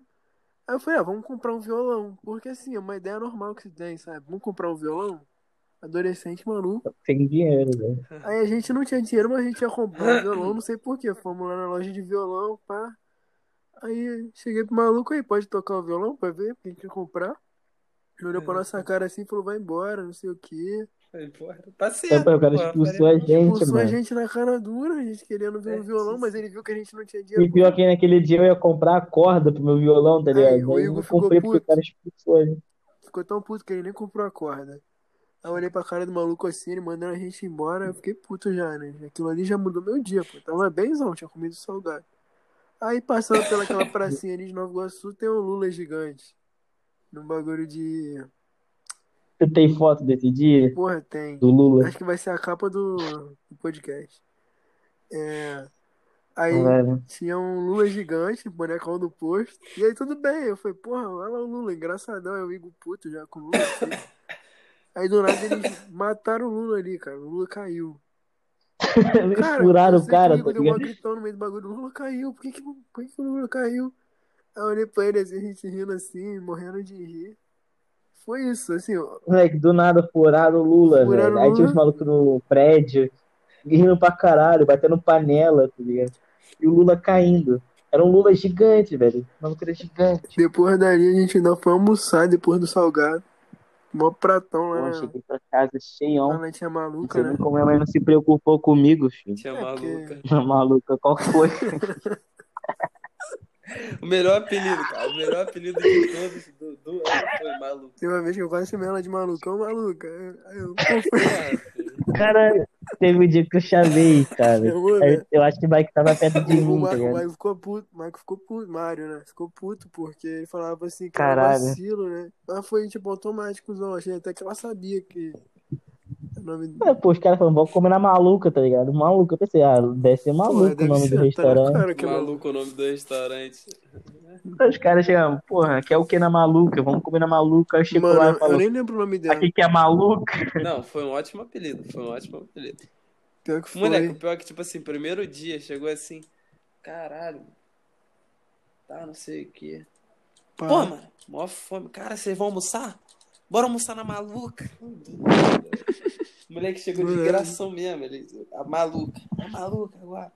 A: Aí eu falei, ah, vamos comprar um violão. Porque assim, é uma ideia normal que se tem, sabe? Vamos comprar um violão? Adolescente maluco.
B: Sem dinheiro, velho.
A: Aí a gente não tinha dinheiro, mas a gente ia comprar um violão, não sei porquê. Fomos lá na loja de violão, pá. Aí cheguei pro maluco aí, pode tocar o violão pra ver, quem quer comprar. Ele olhou pra nossa cara assim e falou, vai embora, não sei o quê.
C: Aí, porra, tá
B: Então,
C: certo.
B: pô, o cara
C: porra,
B: expulsou a
C: parei-
B: gente,
A: Pulsou a
B: mano.
A: gente na cara dura, a gente querendo ver
C: É,
A: o violão,
C: sim,
A: mas ele viu que a gente não tinha
B: E
A: dinheiro.
B: pior é que naquele dia eu ia comprar a corda pro meu violão, tá
A: Aí,
B: ligado?
A: o
B: Aí eu
A: Igor
B: não
A: ficou
B: comprei porque o
A: puto.
B: cara expulsou a gente.
A: Ficou tão puto que ele nem comprou a corda. Aí eu olhei pra cara do maluco assim, ele mandando a gente embora, eu fiquei puto já, né? Aquilo ali já mudou meu dia, pô. Tava bemzão, tinha comido salgado. Aí passando pelaquela pracinha ali de Nova Iguaçu, tem um Lula gigante. Num bagulho de.
B: Tu tem foto desse dia?
A: Porra, tem.
B: Do Lula?
A: Acho que vai ser a capa do, do podcast. É. Aí
B: Caralho.
A: tinha um Lula gigante, bonecão do posto. E aí tudo bem. Eu falei, porra, olha lá o Lula, engraçadão. Eu Igor puto já com o Lula. assim. Aí do nada eles mataram o Lula ali, cara. O Lula caiu.
B: Eles
A: Cara,
B: furaram
A: eu
B: o
A: sei que
B: cara,
A: Igor
B: tá
A: deu uma
B: ligado?
A: gritão no meio do bagulho. O Lula caiu. Por que, que, por que, que o Lula caiu? Aí eu olhei pra ele assim, a gente rindo assim, morrendo de rir. Foi isso, assim, ó.
B: Moleque, do nada furaram o Lula,
A: Furaram
B: velho.
A: o
B: Aí tinha os
A: Lula.
B: malucos no prédio, rindo pra caralho, batendo panela, tá ligado? E o Lula caindo. Era um Lula gigante, velho. O maluco era gigante.
A: Depois dali a gente ainda foi almoçar depois do salgado. Mó pratão
B: Pô,
A: lá na,
B: cheguei pra casa
A: lá
B: cheião.
A: na tia
B: Não
A: maluca,
B: sei nem
A: né?
B: como minha mãe não se preocupou comigo, filho.
C: Tinha
A: É,
C: maluca.
B: Maluca, qual foi?
C: O melhor apelido, cara. O melhor apelido de todos do, do ano foi maluco.
A: Tem uma vez que eu quase chamei ela de malucão, maluca. Aí eu, né?
C: Porra, filho.
B: Cara, teve um dia que eu chamei, cara.
A: eu vou
B: Eu,
A: ver.
B: eu acho que o Mike tava perto de
A: O, o,
B: mim, é tá
A: Marco, o
B: ligado?
A: Marco ficou puto, o Marco ficou puto, Mário, né? Ficou puto porque ele falava assim, que era
B: Caralho.
A: vacilo, né? Mas foi tipo automáticozão, achei até que ela sabia que o nome.
B: É, pô, os caras falando, vamos comer na maluca, tá ligado? Maluca. Eu pensei, ah, deve ser
A: Porra,
B: maluco o
A: deve
B: nome do
A: ser, tá na
B: restaurante.
A: cara que é maluco.
C: Maluco é o nome do restaurante.
B: Aí Os caras chegam, porra, quer o que na maluca? Vamos comer na maluca. Aí eu chego lá e
A: Mano, eu
B: falo,
A: nem lembro o nome dela.
B: aqui que é maluca.
C: Não, foi um ótimo apelido. Foi um ótimo apelido.
A: Pior que
C: Moleque, o
A: foi.
C: pior é que, tipo assim, primeiro dia chegou assim. Caralho. Tá, não sei o que.
A: Pá.
C: Pô, mano, mó fome. Cara, vocês vão almoçar? Bora almoçar na maluca. O moleque chegou de
A: Moleque.
C: gração mesmo. Ele, a maluca. A maluca agora.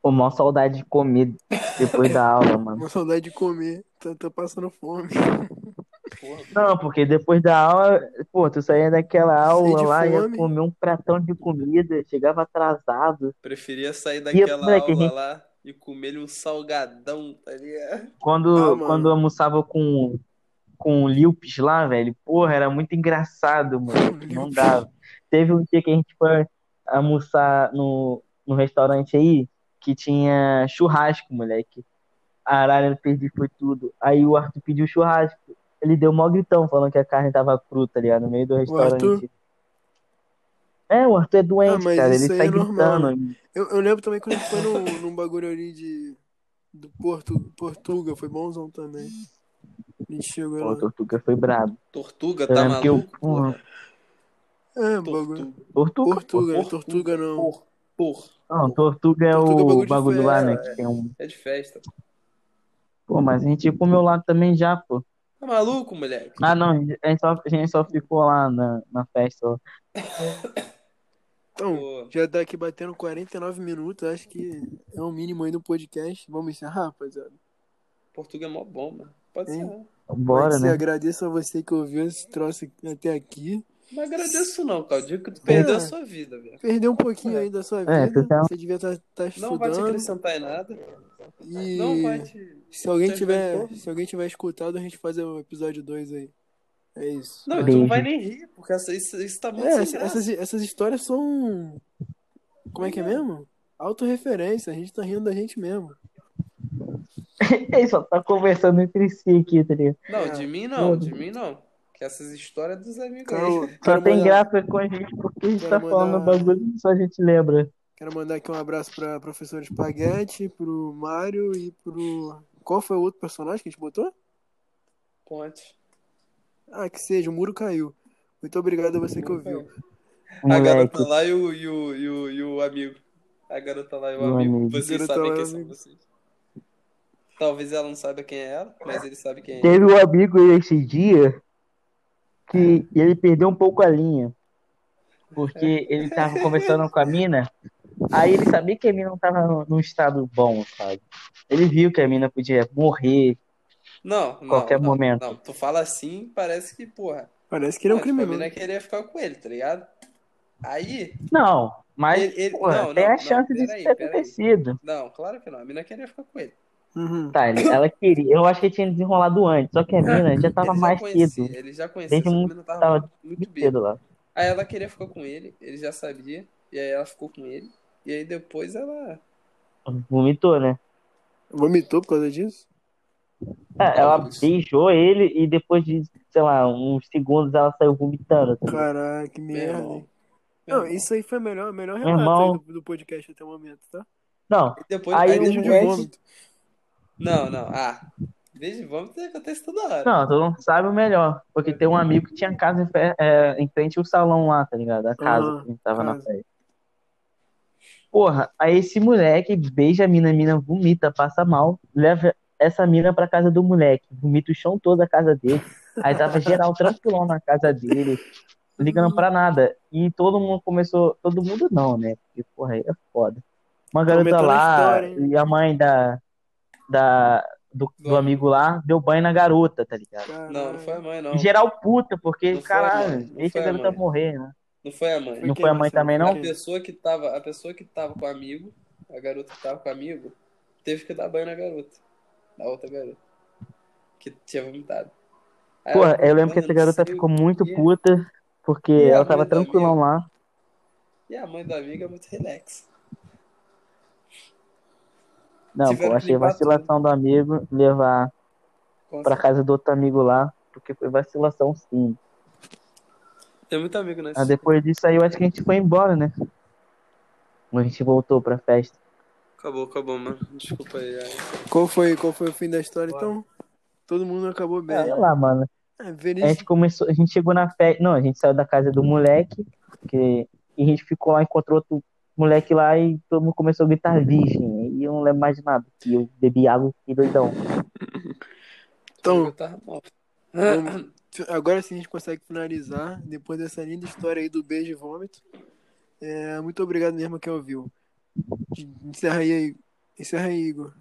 B: Pô, mó saudade de comer depois da aula, mano.
A: Uma saudade de comer. Tá, tá passando fome.
C: Porra,
B: Não, porque depois da aula, pô, tu saía daquela aula
A: de
B: lá, ia
A: fome.
B: comer um pratão de comida, chegava atrasado.
C: Preferia sair
B: E, é
C: daquela
B: moleque, a
C: aula
B: gente,
C: lá e comer um salgadão, tá ligado?
A: Ah,
B: quando,
A: mano.
B: quando eu almoçava com, com o Lilpes lá, velho, porra, era muito engraçado, moleque, não dava. Teve um dia que a gente foi almoçar no, no restaurante aí, que tinha churrasco, moleque. A Arara perdi foi tudo. Aí o Arthur pediu churrasco. Ele deu mó gritão falando que a carne tava crua, tá ligado? No meio do
A: Arthur?
B: restaurante. É, o Arthur é doente,
A: Ah, mas
B: cara. Ele
A: isso aí
B: sai
A: é normal, né?
B: gritando.
A: Eu, eu lembro também quando a gente foi num, num bagulho ali de. Do Porto, Portuga, foi bonzão também. A gente chegou
B: Pô, o
A: lá.
B: Tortuga foi brabo.
C: Tortuga,
B: Eu
C: tá
B: lembro que É, eu.
C: maluco, porra?
A: É, bagulho.
C: Tortuga.
B: Tortuga, pô.
A: Portuga, né? Tortuga não.
C: Por, por.
B: Não, Tortuga é
A: Tortuga é
B: o
A: bagulho de
B: bagulho lá, né?
A: festa.
B: Que tem um.
C: É de festa.
B: Pô, mas a gente comeu lá também já, pô.
C: Tá maluco, moleque?
B: Ah, não, a gente só, a gente só ficou lá na, na festa. ó.
A: Então,
C: Pô,
A: já tá aqui batendo 49 minutos, acho que é o mínimo aí do podcast. Vamos encerrar, rapaziada.
C: Portuga é mó bom, mano. Pode ser.
A: Hein?
C: não.
B: Bora,
A: mas
B: né?
A: agradeço a você que ouviu esse troço até aqui.
C: Não agradeço não, cara. Eu digo que tu perdeu a
A: É.
C: sua vida, velho.
A: Perdeu um pouquinho aí da sua
B: É,
A: vida.
B: tu tá-
A: Você devia estar
C: Não vai te
A: estudando.
C: acrescentar em nada.
A: E
C: Não vai te...
A: se alguém
C: te
A: tiver,
C: ajudar.
A: se alguém tiver escutado, a gente faz o episódio 2 aí. É isso.
C: Não, e tu não
B: Beijo.
C: vai nem rir, porque essa- isso, isso tá muito
A: É,
C: sem
A: essa-
C: graça. Uhum.
A: essas, essas histórias são. Como é que é mesmo? Autorreferência, a gente tá rindo da gente mesmo.
B: Ele só tá conversando entre si aqui, tá ligado?
C: Não,
A: É.
C: de mim não, de mim não. Que essas histórias dos amigos aí.
A: Então,
B: Só
A: quero
B: tem
A: mandar,
B: Tá graça com a gente porque a gente
A: quero
B: tá falando
A: mandar- um-
B: bagulho que só a gente lembra.
A: quero mandar aqui um abraço pra professora Spaghetti, pro Mário e pro. Qual foi o outro personagem que a gente botou?
C: Ponte.
A: Ah, que seja, o muro caiu. Muito obrigado a você que ouviu.
C: A
B: Moleque,
C: garota lá e o, e o, e o, e o amigo. A garota lá e o
B: Meu
C: amigo.
B: amigo.
C: Vocês
A: Garota
C: sabem
A: lá e
C: quem
A: o
C: são
A: amigo.
C: vocês. Talvez ela não saiba quem é ela, mas ele sabe quem é.
B: teve um amigo esse dia que
C: É.
B: ele perdeu um pouco a linha. Porque ele tava conversando com a mina Aí ele sabia que a mina não tava num- num estado bom, sabe? Ele viu que a mina podia morrer.
C: Não, não.
B: Qualquer
C: não,
B: momento.
C: Não, tu fala assim, parece que, porra.
A: Parece que ele é um
C: ah, tipo, A
A: criminoso.
C: mina queria ficar com ele, tá ligado? Aí.
B: Não, mas
C: Ele- ele-
B: porra,
C: não,
B: tem
C: não,
B: a
C: não,
B: chance disso
C: peraí,
B: ter
C: peraí.
B: acontecido.
C: Não, claro que não. A mina queria ficar com ele.
A: Uhum.
B: Tá, ele- ela queria. Eu acho que tinha desenrolado antes, só que a mina já tava
C: ele já
B: mais
C: conhecia,
B: cedo.
C: Ele já conhecia,
B: Desde
C: essa
B: muito-
C: mina tava,
B: Tava
C: muito
B: muito
C: bêbada.
B: cedo lá.
C: Aí ela queria ficar com ele, ele já sabia, e aí ela ficou com ele. E aí depois ela.
B: Vomitou, né?
A: Vomitou por causa disso?
B: É, ela
C: Isso.
B: beijou ele e depois de, sei lá, uns segundos ela saiu vomitando. tá ligado?
A: Caraca, que
C: Meu
A: merda.
C: irmão.
A: Não, isso aí foi o melhor, melhor
B: Meu
A: relato
B: irmão.
A: aí do, do podcast até o momento, tá?
B: Não,
C: E Depois,
B: Aí
C: aí
B: o
A: Beijo
C: deixa
A: de
B: Wes-
A: vômito.
C: Não, não. Ah, beijo de vômito acontece toda
A: É.
C: hora.
B: não, tu não sabe o melhor. Porque tem um amigo que tinha casa em, fe- é, em frente ao salão lá, tá ligado? A casa
A: Aham,
B: que a gente tava na
A: Ah, casa.
B: festa. Porra, aí esse moleque beija a mina, a mina vomita, passa mal, leva essa mina pra casa do moleque, vomita o chão todo da casa dele. Aí tava geral tranquilão na casa dele, ligando pra nada. E todo mundo começou, todo mundo não, né? Porque, porra, aí é foda. Uma garota
A: Aumentando a
B: lá
A: história, hein?
B: e a mãe da, da, do, do amigo lá deu banho na garota, tá ligado?
A: Caralho.
C: Não, não foi a mãe, não.
B: E geral puta, porque,
C: Não foi a mãe,
B: caralho,
C: não
B: deixa
C: foi
B: a
C: a
B: garota
C: mãe.
B: morrer, né?
C: Não foi a mãe.
A: Foi
B: Não
A: quem,
B: foi a mãe
A: Marcelo?
B: também,
A: Foi
B: não?
C: A
A: quem?
C: pessoa que tava, a pessoa que tava com o amigo, a garota que tava com o amigo, teve que dar banho na garota, na outra garota, que tinha vomitado. Aí ela
B: Porra,
C: ficou
B: eu lembro que
C: vomitando,
B: essa garota
C: não sei
B: ficou
C: o
B: muito
C: quê.
B: puta, porque
C: E a
B: ela
C: mãe
B: tava
C: do
B: tranquilão lá.
C: E a mãe do amigo é muito relax.
B: Não, pô,
C: Tiveram que
B: achei
C: limpar
B: vacilação do amigo levar
C: Com
B: pra casa do outro amigo lá, porque foi vacilação sim.
C: Tem muito amigo nesse.
B: Aí depois disso aí eu acho que a gente foi embora, né? A gente voltou pra festa.
C: Acabou, acabou, mano. Desculpa aí. aí.
A: Qual foi, qual foi o fim da história, então? Todo mundo acabou bem.
B: Sei lá, mano.
A: É,
B: A
A: Vinícius,
B: gente começou, a gente chegou na festa. Não, a gente saiu da casa do moleque, que, e a gente ficou lá, encontrou outro moleque lá e todo mundo começou a gritar virgem. E eu não lembro mais de nada. E eu bebi água e doidão.
A: então,
C: Eu tava mal.
A: vamos- agora sim a gente consegue finalizar, depois dessa linda história aí do beijo e vômito. É, muito obrigado mesmo a quem ouviu. Encerra aí, encerra aí, Igor.